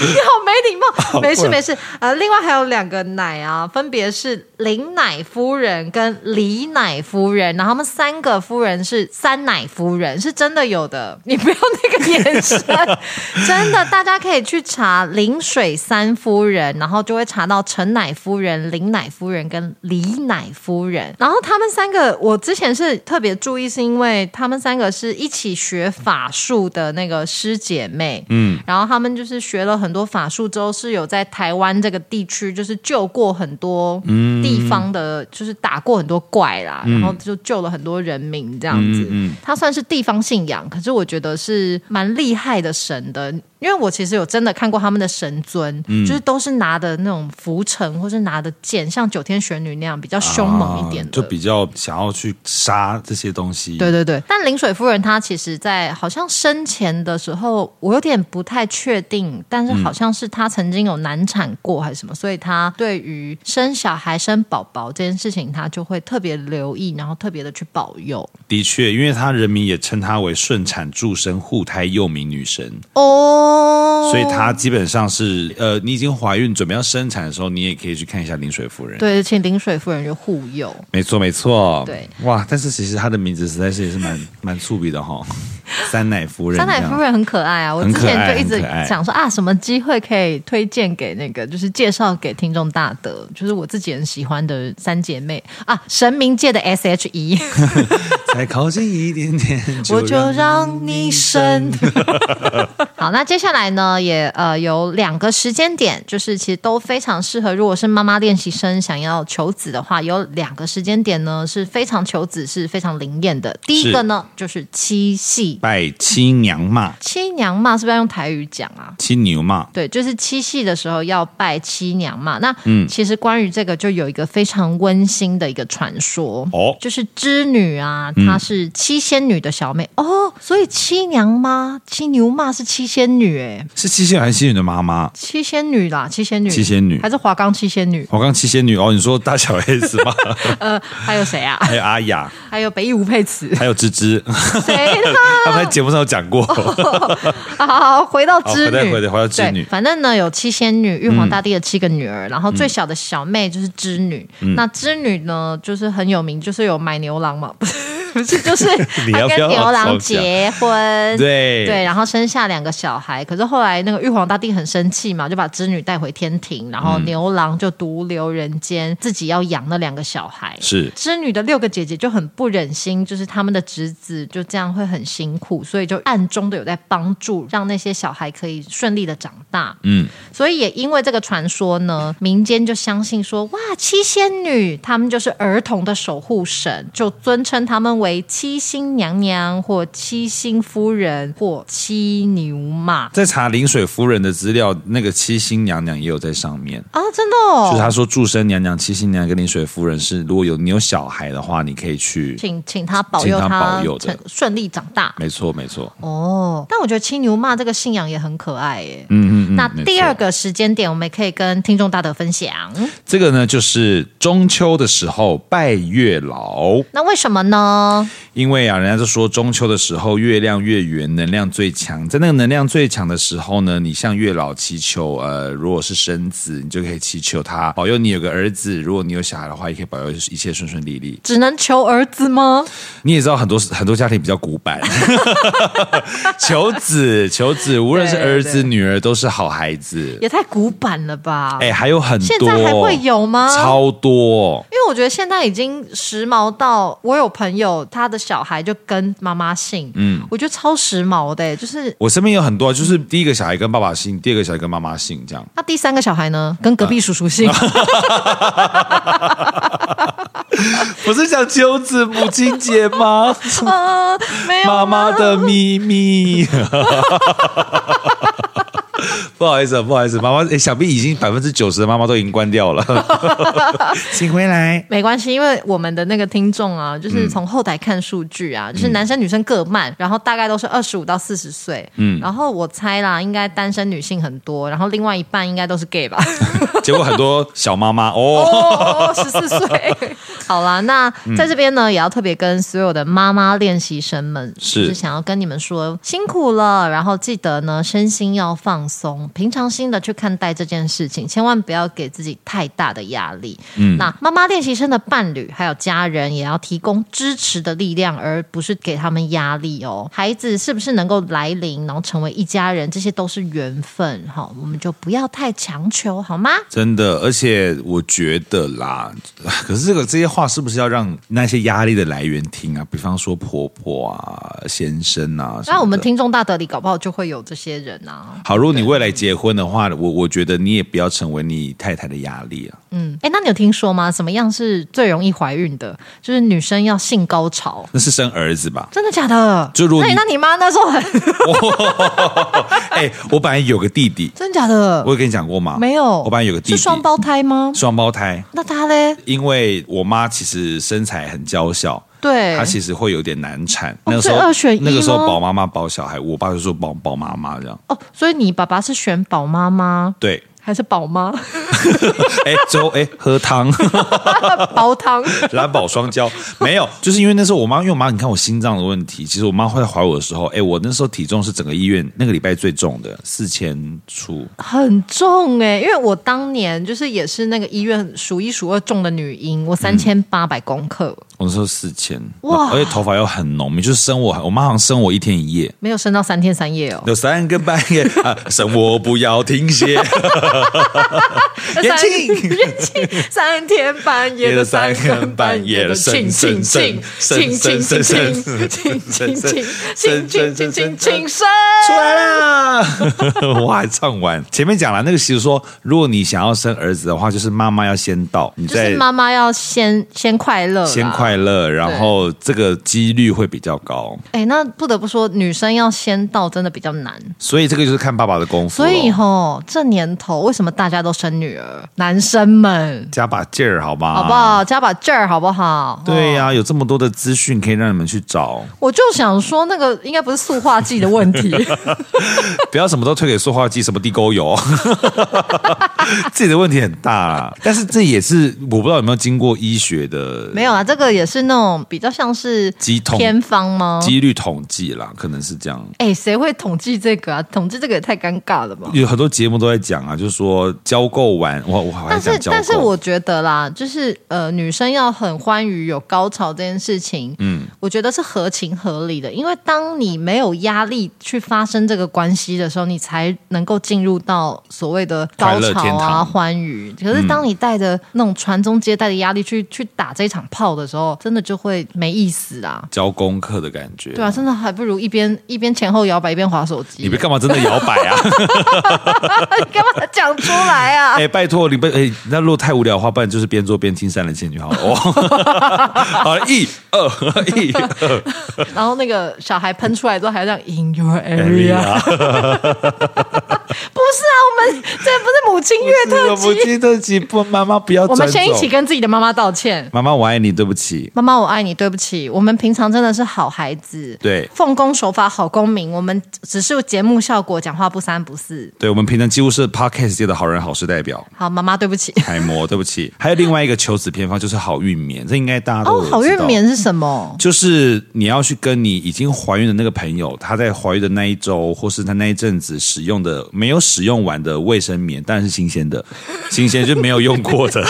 Speaker 2: 你好没礼貌。没
Speaker 3: 不
Speaker 2: 事
Speaker 3: 然
Speaker 2: 没事，呃，另外还有两个奶啊，分别是林奶夫人跟李奶夫人，然后他们三个夫人是三奶夫人，是真的有的。你不要那个眼神，真的，大家可以去查临水三夫人，然后就会查到陈奶夫人、林奶夫人跟李奶夫人。然后他们三个，我之前是特别注意，是因为他们三个是一起学法术的那个师姐妹，嗯，然后他们就是学了很多法术之后，是有在台湾这个地区就是救过很多
Speaker 3: 嗯
Speaker 2: 地方的，就是打过很多怪啦，然后就救了很多人民这样子。
Speaker 3: 嗯
Speaker 2: 他算是地方信仰，可是我觉得是蛮厉害的神的，因为我其实有真的看过他们的神尊，
Speaker 3: 嗯
Speaker 2: 就是都是拿的那种拂尘或是拿的剑，像九天玄女那样比较凶猛一点
Speaker 3: 啊
Speaker 2: 的，
Speaker 3: 就比较想要去杀这些东西。
Speaker 2: 对对对，但临水夫人她其实在，好像生前的时候，我有点不太确定，但是好像是她曾经有难产过还是什么，所以她对于生小孩、生宝宝这件事情，她就会特别留意，然后特别的去保佑。
Speaker 3: 的确，因为她人民也称她为顺产助生护胎幼民女神，
Speaker 2: 哦
Speaker 3: 所以她基本上是呃，你已经怀孕准备要生产的时候，你也可以去看一下临水夫人。，
Speaker 2: 对，请临水夫人就护佑。
Speaker 3: 没错，没错。
Speaker 2: 对，
Speaker 3: 哇！但是其实她的名字实在是也是蛮蛮粗鄙的哈、 三奶夫人，
Speaker 2: 三奶夫。人很可爱啊，我
Speaker 3: 很
Speaker 2: 之
Speaker 3: 可
Speaker 2: 前
Speaker 3: 爱
Speaker 2: 就一直
Speaker 3: 很可爱
Speaker 2: 想说啊，什么机会可以推荐给那个，就是介绍给听众大德，就是我自己很喜欢的三姐妹啊，神明界的 S H E，
Speaker 3: 再靠近一点点，
Speaker 2: 我就让你生。 好，那接下来呢，也呃有两个时间点，就是其实都非常适合。如果是妈妈练习生想要求子的话，有两个时间点呢是非常求子是非常灵验的。第一
Speaker 3: 是
Speaker 2: 个呢就是七夕，
Speaker 3: 拜七娘嘛，
Speaker 2: 七娘嘛是不是要用台语讲啊？
Speaker 3: 七牛嘛，
Speaker 2: 对，就是七夕的时候要拜七娘嘛。那嗯，其实关于这个就有一个非常温馨的一个传说
Speaker 3: 哦嗯
Speaker 2: 就是织女啊，她是七仙女的小妹、哦，所以七娘妈、七牛妈是七仙女哎、
Speaker 3: 是七仙女还是七仙女的妈妈？
Speaker 2: 七仙女啦，七仙女，
Speaker 3: 七仙女
Speaker 2: 还是华冈七仙女？
Speaker 3: 我刚七仙女哦，你说大小 S 吗？
Speaker 2: 呃，还有谁啊？
Speaker 3: 还有阿雅，
Speaker 2: 还有北艺吴 佩慈，
Speaker 3: 还有芝 芝，
Speaker 2: 谁啦？
Speaker 3: 他们在节目上有讲过。
Speaker 2: 哦好好好，回到织女，
Speaker 3: 好回到回到回到织女嗯
Speaker 2: 对反正呢，有七仙女，玉皇大帝的七个女儿，然后最小的小妹就是织女。那织女呢，就是很有名，就是有买牛郎嘛，不 是不是，就是
Speaker 3: 你
Speaker 2: 她
Speaker 3: 要不
Speaker 2: 跟
Speaker 3: 要
Speaker 2: 牛
Speaker 3: 好好
Speaker 2: 郎
Speaker 3: 讲
Speaker 2: 结婚，
Speaker 3: 对
Speaker 2: 对，然后生下两个小孩。可是后来那个玉皇大帝很生气嘛，就把织女带回天庭，然
Speaker 3: 嗯
Speaker 2: 后牛郎就独留人间，自己要养那两个小孩。
Speaker 3: 是
Speaker 2: 织女的六个姐姐就很不忍心，就是他们的侄子就这样会很辛苦，所以就暗中的有在帮助，让那些小孩可以顺利的长大。嗯，所以也因为这个传说呢，民间就相信说，哇，七仙女她们就是儿童的守护神，就尊称她们为七星娘娘或七星夫人或七牛马
Speaker 3: 在查临水夫人的资料，那个七星娘娘也有在上面。
Speaker 2: 啊，真的
Speaker 3: 就是
Speaker 2: 哦。
Speaker 3: 他说，祝生娘娘、七星娘娘跟临水夫人是，如果有你有小孩的话，你可以 去。
Speaker 2: 请请她保佑
Speaker 3: 请她
Speaker 2: 她
Speaker 3: 保佑的
Speaker 2: 成顺利长大。
Speaker 3: 没错，没错，
Speaker 2: 哦，但我觉得青牛妈这个信仰也很可爱耶。嗯嗯嗯。那第二个时间点，我们也可以跟听众大德分享。
Speaker 3: 这个呢就是中秋的时候拜月老，
Speaker 2: 那为什么呢？
Speaker 3: 因为啊，人家就说中秋的时候月亮月圆，能量最强。在那个能量最强的时候呢，你向月老祈求，呃，如果是生子，你就可以祈求他保佑你有个儿子；如果你有小孩的话，也可以保佑一切顺顺利利。
Speaker 2: 只能求儿子吗？
Speaker 3: 你也知道，很多很多家庭比较古板， 求子求子，无论是
Speaker 2: 对
Speaker 3: 儿子
Speaker 2: 对
Speaker 3: 女儿都是好孩子。
Speaker 2: 也太古板了吧！
Speaker 3: 哎，还有很多，
Speaker 2: 啊现在还会有吗
Speaker 3: 超多。
Speaker 2: 因为我觉得现在已经时髦到，我有朋友友他的小孩就跟妈妈姓，嗯，我觉得超时髦的、欸就是
Speaker 3: 我身边有很多，啊就是第一个小孩跟爸爸姓，第二个小孩跟妈妈姓，这样。
Speaker 2: 那第三个小孩呢，跟隔壁叔 叔姓，
Speaker 3: 不是讲九子母亲节 吗？
Speaker 2: 呃，没有
Speaker 3: 妈妈
Speaker 2: 吗
Speaker 3: 的秘密。 不好意思啊，不好意思，妈妈，诶想必已经百分之九十的妈妈都已经关掉了， 请回来。
Speaker 2: 没关系，因为我们的那个听众啊，就是从后台看数据啊，就是男生女生各慢，然后大概都是二十五到四十岁，嗯，然后我猜啦，应该单身女性很多，然后另外一半应该都是 gay 吧，
Speaker 3: 结果很多小妈妈哦，
Speaker 2: 哦，十四岁，好啦，那在这边呢，也要特别跟所有的妈妈练习生们，
Speaker 3: 是
Speaker 2: 就是想要跟你们说辛苦了，然后记得呢，身心要放松，平常心的去看待这件事情，千万不要给自己太大的压力。嗯，那妈妈练习生的伴侣还有家人也要提供支持的力量，而不是给他们压力哦。孩子是不是能够来临，然后成为一家人，这些都是缘分。好，我们就不要太强求，好吗？
Speaker 3: 真的，而且我觉得啦，可是这个这些话是不是要让那些压力的来源听啊？比方说婆婆啊、先生啊，什么
Speaker 2: 那我们
Speaker 3: 的
Speaker 2: 听众大德里搞不好就会有这些人啊。
Speaker 3: 好。如果你未来结婚的话，我我觉得你也不要成为你太太的压力啊。
Speaker 2: 嗯，哎，那你有听说吗？怎么样是最容易怀孕的？就是女生要性高潮。
Speaker 3: 那是生儿子吧？
Speaker 2: 真的假的？
Speaker 3: 就如果
Speaker 2: 那你
Speaker 3: 你
Speaker 2: 那你妈那时候 很，
Speaker 3: 哎、我本来有个弟弟
Speaker 2: 真的假的
Speaker 3: 我？有跟你讲过吗？
Speaker 2: 没有，
Speaker 3: 我本来有个弟弟，
Speaker 2: 是双胞胎吗？
Speaker 3: 双胞胎，
Speaker 2: 那她嘞？
Speaker 3: 因为我妈其实身材很娇小，
Speaker 2: 对，
Speaker 3: 她其实会有点难产。
Speaker 2: 哦
Speaker 3: 那个时候
Speaker 2: 所以二选一吗
Speaker 3: 那个时候保妈妈保小孩，我爸就说保保妈妈这样。
Speaker 2: 哦，所以你爸爸是选宝妈吗？
Speaker 3: 对，
Speaker 2: 还是 宝妈？
Speaker 3: 哎，粥哎喝汤，
Speaker 2: 煲汤？
Speaker 3: 蓝宝双胶没有，就是因为那时候我妈，因为我妈你看我心脏的问题，其实我妈会怀我的时候，哎，我那时候体重是整个医院那个礼拜最重的，四千出。
Speaker 2: 很重哎、因为我当年就是也是那个医院数一数二重的女婴，我三千八百公克，
Speaker 3: 我那时候四千，
Speaker 2: 哇
Speaker 3: 而且头发又很浓密，就是生我，我妈好像生我一天一夜，
Speaker 2: 没有升到三天三夜哦。
Speaker 3: 有三个半夜 啊，生我不要停 歇，
Speaker 2: 三
Speaker 3: 眼镜。
Speaker 2: 元庆三天半夜的三更半夜的庆庆庆庆庆庆庆庆庆庆庆庆庆庆生。
Speaker 3: 出来啦！ 我还唱完。前面讲了那个习俗说，如果你想要生儿子的话，就是妈妈要先到，你
Speaker 2: 就
Speaker 3: 再
Speaker 2: 是妈妈要先先快乐，
Speaker 3: 先快。乐，然后这个几率会比较高。
Speaker 2: 哎，那不得不说，女生要先到真的比较难。
Speaker 3: 所以这个就是看爸爸的功夫咯。
Speaker 2: 所以吼，这年头为什么大家都生女儿？男生们，
Speaker 3: 加把劲儿，好吗？
Speaker 2: 好不好？加把劲儿，好不好？
Speaker 3: 对呀、有这么多的资讯可以让你们去找，
Speaker 2: 我就想说，那个应该不是塑化剂的问题。
Speaker 3: 不要什么都推给塑化剂，什么地沟油， 自己的问题很大啦。但是这也是我不知道有没有经过医学的
Speaker 2: 没有啊，这个也是那种比较像是
Speaker 3: 鸡桶
Speaker 2: 偏方吗？
Speaker 3: 几率统计啦，可能是这样。
Speaker 2: 哎，谁会统计这个啊？统计这个也太尴尬了吧！
Speaker 3: 有很多节目都在讲啊，就是说交够完，我我好像
Speaker 2: 但是
Speaker 3: 讲，交够，
Speaker 2: 但是我觉得啦，就是呃，女生要很欢愉有高潮这件事情，嗯，我觉得是合情合理的，因为当你没有压力去发生这个关系的时候，你才能够进入到所谓的高
Speaker 3: 快乐
Speaker 2: 潮
Speaker 3: 天
Speaker 2: 啊、
Speaker 3: 堂
Speaker 2: 欢愉。可是当你带着那种传宗接代的压力去去打这场炮的时候，真的就会没意思啊。
Speaker 3: 交功课的感觉，
Speaker 2: 对啊，真的还不如一边一边前后摇摆一边划手机。
Speaker 3: 你别干嘛真的摇摆 啊！
Speaker 2: 干嘛讲出来啊
Speaker 3: 哎、？拜托你不哎、那如果太无聊的话，不然就是边做边听《三人行》就好了。 哦，好了，一二一二
Speaker 2: 然后那个小孩喷出来之后，还要这样 in your area。
Speaker 3: ，Maria，
Speaker 2: 不是啊，我们这不是母啊亲月特
Speaker 3: 我不
Speaker 2: 辑，
Speaker 3: 记得几不，妈妈不要
Speaker 2: 我
Speaker 3: 转
Speaker 2: 们
Speaker 3: 走。
Speaker 2: 先一起跟自己的妈妈道歉。
Speaker 3: 妈妈，我爱你，对不起。
Speaker 2: 妈妈，我爱你，对不起，我们平常真的是好孩子，
Speaker 3: 对
Speaker 2: 奉公守法，好公民。我们只是节目效果，讲话不三不四。
Speaker 3: 对我们平常几乎是 podcast 界的好人好事代表，
Speaker 2: 好，妈妈，对不起。
Speaker 3: 楷模，对不起。还有另外一个求子偏方就是好运棉，这应该大家都
Speaker 2: 哦，
Speaker 3: 有
Speaker 2: 好
Speaker 3: 知
Speaker 2: 运
Speaker 3: 道
Speaker 2: 棉是什么？
Speaker 3: 就是你要去跟你已经怀孕的那个朋友，她在怀孕的那一周，或是她那一阵子使用的没有使用完的卫生棉，当然是新鲜 的，新鲜就没有用过的，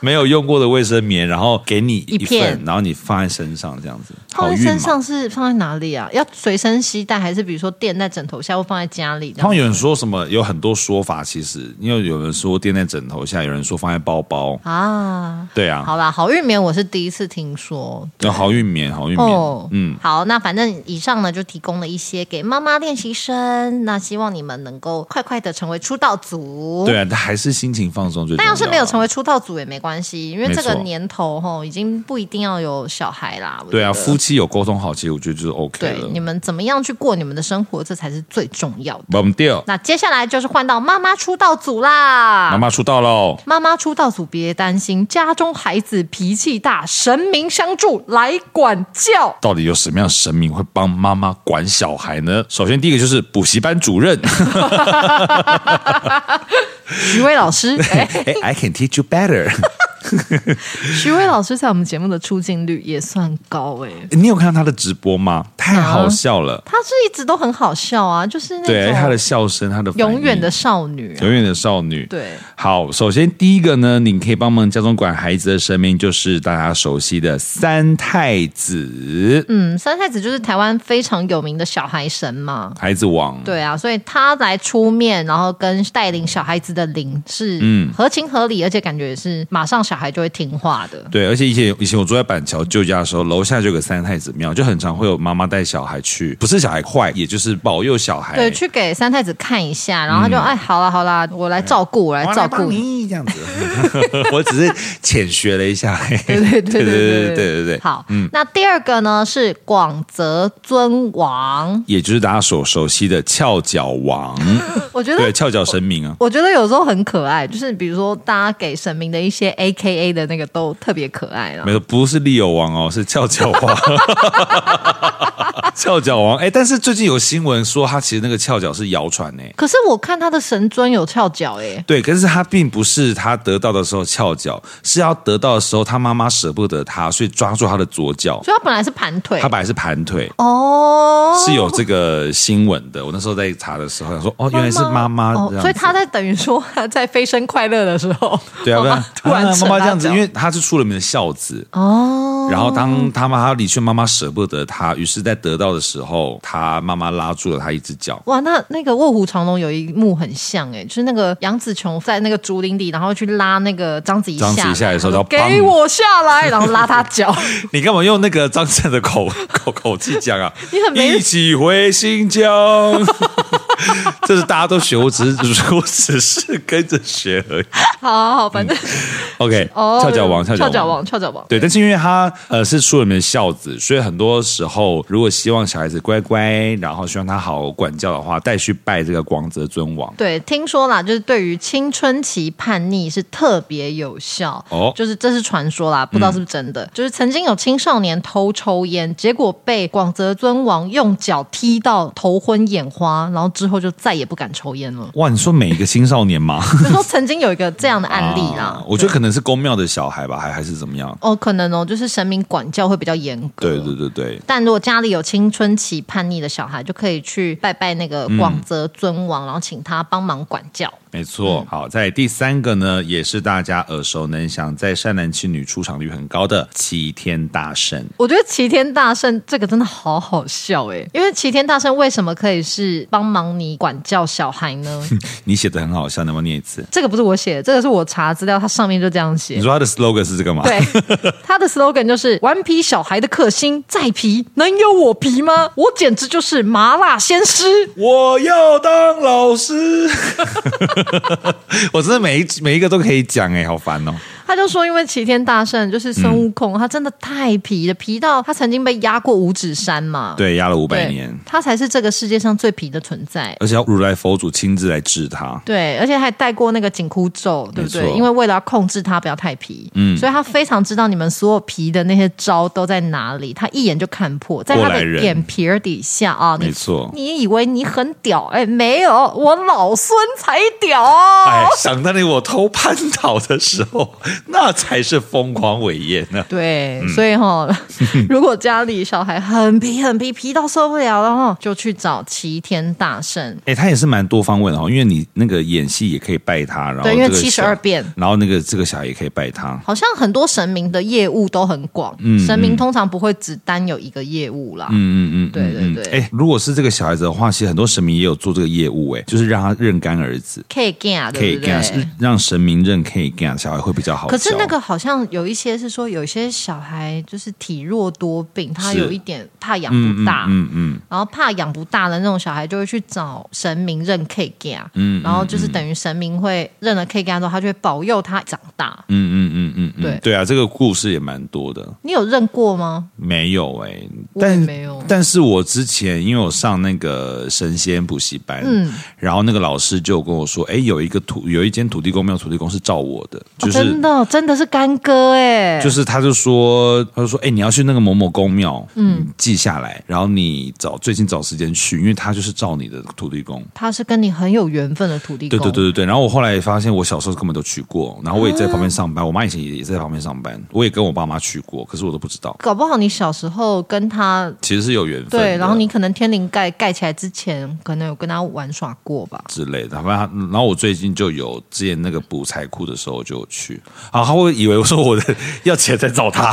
Speaker 3: 没有用过的卫生棉，然后给你一
Speaker 2: 一片
Speaker 3: 份，然后你放在身上这样子，
Speaker 2: 放
Speaker 3: 好
Speaker 2: 在
Speaker 3: 运嘛
Speaker 2: 身。上是放在哪里啊？要随身携带，还是比如说垫在枕头下，或放在家里这
Speaker 3: 他
Speaker 2: 样？
Speaker 3: 们有人说什么，有很多说法，其实因为有人说垫在枕头下，有人说放在包包，
Speaker 2: 啊，
Speaker 3: 对啊，
Speaker 2: 好啦，好运棉我是第一次听说。
Speaker 3: 有好运棉，好运棉，
Speaker 2: 哦，
Speaker 3: 嗯
Speaker 2: 嗯，，好，那反正以上呢就提供了一些给妈妈练习生，那希望你们能够快快的成为出道族。
Speaker 3: 对啊，但还是心情放松最重
Speaker 2: 但
Speaker 3: 要。
Speaker 2: 要是没有成为出道组也没关系，因为这个
Speaker 3: 没错
Speaker 2: 年头吼，已经不一定要有小孩啦。我
Speaker 3: 对啊，
Speaker 2: 觉得
Speaker 3: 夫妻有沟通好，其实我觉得就是 OK
Speaker 2: 对
Speaker 3: 了。
Speaker 2: 你们怎么样去过你们的生活，这才是最重要的。
Speaker 3: 我们掉，
Speaker 2: 那接下来就是换到妈妈出道组啦。
Speaker 3: 妈妈出道喽。
Speaker 2: 妈妈出道组别担心，家中孩子脾气大，神明相助来管教。
Speaker 3: 到底有什么样的神明会帮妈妈管小孩呢？首先，第一个就是补习班主任，
Speaker 2: 徐薇 老师， 哎、
Speaker 3: 哎，I can teach you better。
Speaker 2: 徐薇老师在我们节目的出镜率也算高哎、
Speaker 3: 你有看到他的直播吗？太好笑了，
Speaker 2: 她是一直都很好笑啊，就是
Speaker 3: 对
Speaker 2: 啊那
Speaker 3: 他的
Speaker 2: 种
Speaker 3: 笑声，他的反应
Speaker 2: 永远的少女、啊。
Speaker 3: 永远的少女。
Speaker 2: 对，
Speaker 3: 好，首先第一个呢，你可以帮忙家中管孩子的神明，就是大家熟悉的三太子，
Speaker 2: 嗯，三太子就是台湾非常有名的小孩神嘛。
Speaker 3: 孩子王。
Speaker 2: 对啊，所以他来出面，然后跟带领小孩子的领是
Speaker 3: 嗯
Speaker 2: 合情合理，而且感觉也是马上小孩就会听话的。
Speaker 3: 对，而且以前以前我住在板桥旧家的时候，楼下就有个三太子庙，就很常会有妈妈带小孩去，不是小孩坏，也就是保佑小孩。
Speaker 2: 对，去给三太子看一下，然后他
Speaker 3: 嗯
Speaker 2: 就、哎，好啦好啦，我来照顾，
Speaker 3: 哎
Speaker 2: 我来照顾你。
Speaker 3: 你这样 子，我只是浅学了一下。对
Speaker 2: 对
Speaker 3: 对
Speaker 2: 对对
Speaker 3: 对对
Speaker 2: 对
Speaker 3: 对嗯对，
Speaker 2: 好，那第二个呢是广泽尊王，
Speaker 3: 也就是大家所熟悉的翘脚 王，
Speaker 2: 我觉
Speaker 3: 对
Speaker 2: 得。
Speaker 3: 翘脚神明啊。
Speaker 2: 我觉得有时候很可爱，就是比如说大家给神明的一些 A K A 的那个都特别可爱啊啦
Speaker 3: 没。有，不是利友王哦，是翘脚王， 翘脚王。哎、但是最近有新闻说，他其实那个翘脚是谣传呢。
Speaker 2: 可是我看他的神尊有翘脚哎、
Speaker 3: 对，可是他并不是他得到的时候翘脚，是要得到的时候，他妈妈舍不得他，所以抓住他的左脚。
Speaker 2: 所以他本来是盘腿
Speaker 3: 他本来是盘腿，
Speaker 2: 哦，
Speaker 3: 是有这个新闻的。我那时候在查的时候，想说哦，原来是妈妈
Speaker 2: 哦
Speaker 3: 这样子、
Speaker 2: 所以他在等于说他在飞升快乐的时候，
Speaker 3: 对啊，
Speaker 2: 妈
Speaker 3: 不然
Speaker 2: 妈 突然
Speaker 3: 啊
Speaker 2: 扯
Speaker 3: 妈妈这
Speaker 2: 他
Speaker 3: 样子，
Speaker 2: 脚
Speaker 3: 因为他是出了名的孝子，
Speaker 2: 哦，
Speaker 3: 然后当他妈他离去，妈妈舍不得他，于是在得到的时候，他妈妈拉住了他一只脚。
Speaker 2: 哇，那那个《卧虎藏龙》有一幕很像哎、就是那个杨紫琼在那个竹林里，然后去拉那个章子怡下来，
Speaker 3: 章子怡下来的时候
Speaker 2: 她说
Speaker 3: 然后砰
Speaker 2: 给我下来，然后拉她 脚，
Speaker 3: 你干嘛用那个张震的口 口口气讲啊？
Speaker 2: 你很没
Speaker 3: 一起回新疆， 这是大家都学，我只是我只是跟着学而已。
Speaker 2: 好好好，反正、
Speaker 3: OK，
Speaker 2: 哦，
Speaker 3: 跳脚王，
Speaker 2: 跳
Speaker 3: 脚
Speaker 2: 脚王，跳脚王，
Speaker 3: 对，但是因为他呃是出了名的孝子，所以很多时候如果希望小孩子乖乖，然后希望他好好管教的话，带去拜这个广泽尊王。
Speaker 2: 对，听说啦，就是对于青春期叛逆是特别有效
Speaker 3: 哦嗯
Speaker 2: 就是这是传说啦，不知道是不是真的。就是曾经有青少年偷抽烟，结果被广泽尊王用脚踢到头昏眼花，然后之后就再也不敢抽烟
Speaker 3: 。
Speaker 2: 了
Speaker 3: 哇，你说每一个青少年 吗？
Speaker 2: 就说曾经有一个这样的案例啦，
Speaker 3: 啊我觉得可能是公庙的小孩吧，还还是怎么样？
Speaker 2: 哦，可能哦，就是神明管教会比较严格。
Speaker 3: 对对对对，
Speaker 2: 但如果家里有青春期叛逆的小孩，就可以去拜拜那个
Speaker 3: 嗯
Speaker 2: 广泽尊王，然后请他帮忙管教。
Speaker 3: 没错。好，在第三个呢，也是大家耳熟能详，在善男信女出场率很高的齐天大圣。
Speaker 2: 我觉得齐天大圣这个真的好好笑哎、因为齐天大圣为什么可以是帮忙你管教小孩呢？
Speaker 3: 你写的很好笑，能不能念一次？
Speaker 2: 这个不是我写的，这个是我查资料，它上面就这样
Speaker 3: 你
Speaker 2: 写。
Speaker 3: 说他的 slogan 是这个吗？
Speaker 2: 对， 他的 slogan 就是“顽皮小孩的克星，再皮能有我皮吗？我简直就是麻辣鲜师。
Speaker 3: 我要当老师， 我真的每一每一个都可以讲哎、好烦哦！”
Speaker 2: 他就说，因为齐天大圣就是孙悟
Speaker 3: 嗯
Speaker 2: 空，他真的太皮了，皮到他曾经被压过五指山嘛。
Speaker 3: 对，压了五
Speaker 2: 对，
Speaker 3: 百年，
Speaker 2: 他才是这个世界上最皮的存在。
Speaker 3: 而且要如来佛祖亲自来治他。
Speaker 2: 对，而且还带过那个紧箍咒，对不
Speaker 3: 没
Speaker 2: 对？
Speaker 3: 错
Speaker 2: 因为为了要控制他不要太皮，嗯，所以他非常知道你们所有皮的那些招都在哪里，他一眼就看破，在他
Speaker 3: 过来
Speaker 2: 的
Speaker 3: 人
Speaker 2: 眼皮儿底下啊，你
Speaker 3: 没错
Speaker 2: 你以为你很屌？哎，没有，我老孙才屌。
Speaker 3: 哎哎，想当年我偷蟠桃的时候，那才是疯狂伟业呢。嗯
Speaker 2: 对，所以哈、 如果家里小孩很皮很皮，皮到受不了了哈，就去找齐天大圣。
Speaker 3: 哎、他也是蛮多方位的哦，因为你那个演戏也可以拜他，然后
Speaker 2: 对因为
Speaker 3: 这个小
Speaker 2: 72变
Speaker 3: 然后那个这个小孩也可以拜他。
Speaker 2: 好像很多神明的业务都很广，
Speaker 3: 嗯
Speaker 2: 神明通常不会只单有一个业务啦。嗯嗯嗯，对对对。
Speaker 3: 哎、如果是这个小孩子的话，其实很多神明也有做这个业务、哎，就是让他认干儿子，
Speaker 2: 可以 g 啊，
Speaker 3: 可
Speaker 2: 对
Speaker 3: 以
Speaker 2: 不
Speaker 3: 干，
Speaker 2: 对？
Speaker 3: 让神明认可以干，小孩会比较好教。
Speaker 2: 可是那个好像有一些是说，有一些小孩就是体弱多病，他
Speaker 3: 是
Speaker 2: 有一点怕养不大，
Speaker 3: 嗯嗯，
Speaker 2: 然后怕养不大的那种小孩就会去找神明认 K G 啊，
Speaker 3: 嗯
Speaker 2: 然后就是等于神明会认了 K G 之后，他就会保佑他长大。
Speaker 3: 嗯嗯嗯嗯嗯，
Speaker 2: 对
Speaker 3: 对啊，这个故事也蛮多的。
Speaker 2: 你有认过吗？
Speaker 3: 没有哎、
Speaker 2: 我也
Speaker 3: 但
Speaker 2: 没有
Speaker 3: 但是我之前因为我上那个神仙补习班，嗯，然后那个老师就跟我说，哎，有一个土有一间土地公庙，土地公是照我的，就是、
Speaker 2: 哦、真的真的是干哥哎、
Speaker 3: 就是他就说，他就说，哎、你要去那个某某公庙，嗯，记下来，然后你找最近找时间去，因为他就是照你的土地公。
Speaker 2: 他是跟你很有缘分的土地
Speaker 3: 对
Speaker 2: 公，
Speaker 3: 对对对对，然后我后来发现，我小时候根本都去过，然后我也在旁边上班，我妈以前也也在旁边上班，我也跟我爸妈去过，可是我都不知道，
Speaker 2: 搞不好你小时候跟他
Speaker 3: 其实是有缘分的。
Speaker 2: 对，然后你可能天灵盖盖起来之前，可能有跟他玩耍过吧。
Speaker 3: 之类的。反正，然后我最近就有之前那个补财库的时候就有去，啊，他会以为我说我的要钱再找他，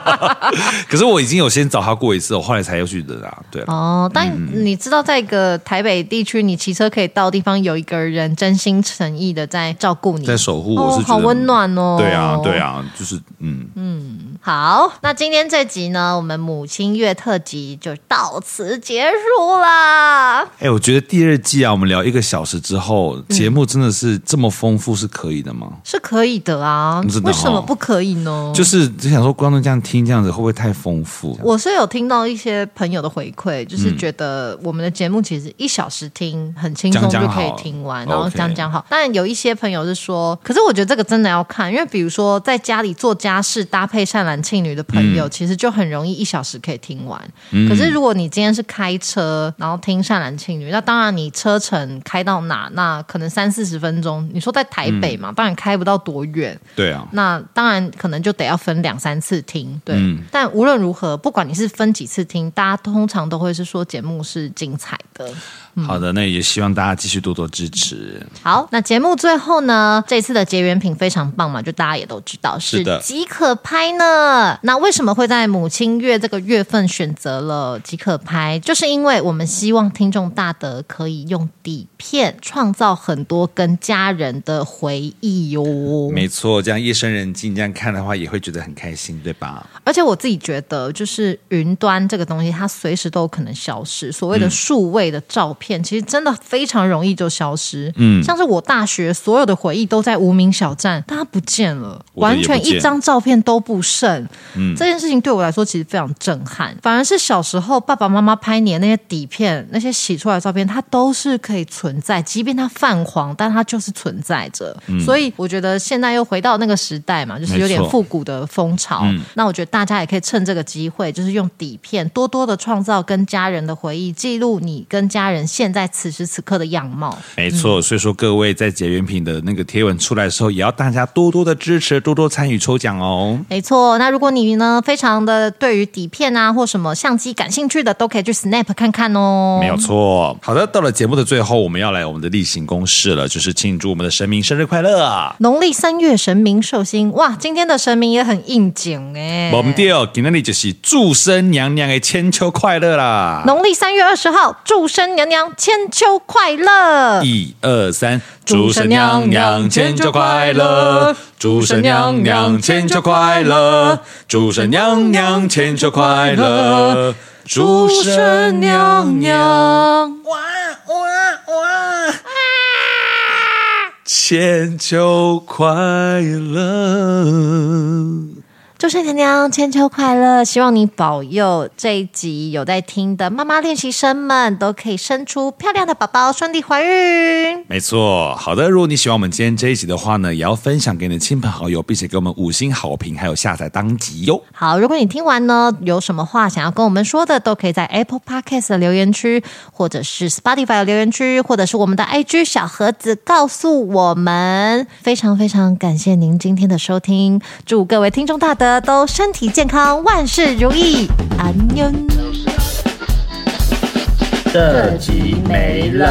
Speaker 3: 可是我已经有先找他过一次，我后来才又去的啦。对啊啦，
Speaker 2: 哦，但
Speaker 3: 嗯
Speaker 2: 你知道，在一个台北地区，你骑车可以到的地方，有一个人真心诚意的在照顾你，
Speaker 3: 在守护我
Speaker 2: 哦
Speaker 3: 是，觉
Speaker 2: 好
Speaker 3: 得
Speaker 2: 温。暖哦。
Speaker 3: 对啊，对。啊，就是嗯，
Speaker 2: 好，那今天这集呢，我们母亲月特辑就到此结束啦。
Speaker 3: 哎、我觉得第二季啊，我们聊一个小时之后，节目真的是这么丰富是可以的吗？
Speaker 2: 是可以的啊，
Speaker 3: 真的哦
Speaker 2: 为什么不可以呢？
Speaker 3: 就是只想说，观众这样听这样子会不会太丰富？
Speaker 2: 嗯我是有听到一些朋友的回馈，就是
Speaker 3: 嗯
Speaker 2: 觉得我们的节目其实一小时听很轻松
Speaker 3: 讲讲
Speaker 2: 就
Speaker 3: 好
Speaker 2: 可以听完，然后
Speaker 3: OK
Speaker 2: 讲讲好。但有一些朋友是说，可是我觉得这个真的要看，因为比如说在家里做家事搭配善男信女的朋
Speaker 3: 嗯
Speaker 2: 友，其实就很容易一小时可以听完。可是如果你今天是开车，然后听善男信女，那当然你车程开到哪，那可能三四十分钟。你说在台北
Speaker 3: 嗯
Speaker 2: 嘛，当然开不到多远，
Speaker 3: 对啊，
Speaker 2: 那当然可能就得要分两三次听，对。
Speaker 3: 嗯
Speaker 2: 但无论如何，不管你是分几次听，大家通常都会是说节目是精彩的。
Speaker 3: 好的，那也希望大家继续多多支持。
Speaker 2: 好，那节目最后呢，这次的结缘品非常棒嘛，就大家也都知道
Speaker 3: 是的
Speaker 2: 即可拍呢。那为什么会在母亲月这个月份选择了即可拍？就是因为我们希望听众大德可以用底片创造很多跟家人的回忆哟、
Speaker 3: 没错，这样夜深人静这样看的话，也会觉得很开心，对吧？
Speaker 2: 而且我自己觉得，就是云端这个东西，它随时都有可能消失。
Speaker 3: 嗯
Speaker 2: 所谓的数位的照片，其实真的非常容易就消失。嗯，像是我大学所有的回忆都在无名小站，但它不见了，
Speaker 3: 我的
Speaker 2: 完
Speaker 3: 也不见
Speaker 2: 全一张照片都不剩。嗯，这件事情对我来说其实非常震撼。反而是小时候爸爸妈妈拍你的那些底片、那些洗出来的照片，它都是可以存在，即便它泛黄，但它就是存在着。所以我觉得现在又回到那个时代嘛，就是有点
Speaker 3: 嗯没错嗯
Speaker 2: 复。复古的风潮。那我觉得大家也可以趁这个机会，就是用底片多多的创造跟家人的回忆，记录你跟家人现在此时此刻的样貌。
Speaker 3: 没错，所以说各位在结缘品的那个贴文出来的时候，也要大家多多的支持，多多参与抽奖哦。
Speaker 2: 没错，那如果你呢非常的对于底片啊或什么相机感兴趣的，都可以去 Snap 看看哦。
Speaker 3: 没有错。好的，到了节目的最后，我们要来我们的例行公事了，就是庆祝我们的神明生日快乐。
Speaker 2: 农历三月神明寿星，哇，今天的神明也很应景哎、
Speaker 3: 我们第二，今天你就是祝生娘娘的千秋快乐啦！
Speaker 2: 农历三月二十号，祝生娘娘千秋快 乐！
Speaker 3: 一二三，祝神娘娘千秋快乐，祝神娘娘千秋快乐，祝神娘娘千秋快乐，祝神娘娘
Speaker 5: 哇哇哇！
Speaker 3: 千秋快乐。
Speaker 2: 祝圣娘娘千秋快乐！希望你保佑这一集有在听的妈妈练习生们都可以生出漂亮的宝宝，顺利怀孕。
Speaker 3: 没错，好的。如果你喜欢我们今天这一集的话呢，也要分享给你的亲朋好友，并且给我们五星好评，还有下载当集哟。
Speaker 2: 好，如果你听完呢，有什么话想要跟我们说的，都可以在 Apple Podcast 的留言区，或者是 Spotify 的留言区，或者是我们的 IG 小盒子告诉我们。非常非常感谢您今天的收听，祝各位听众大德都身体健康，万事如意，安妞。
Speaker 4: 这集没了。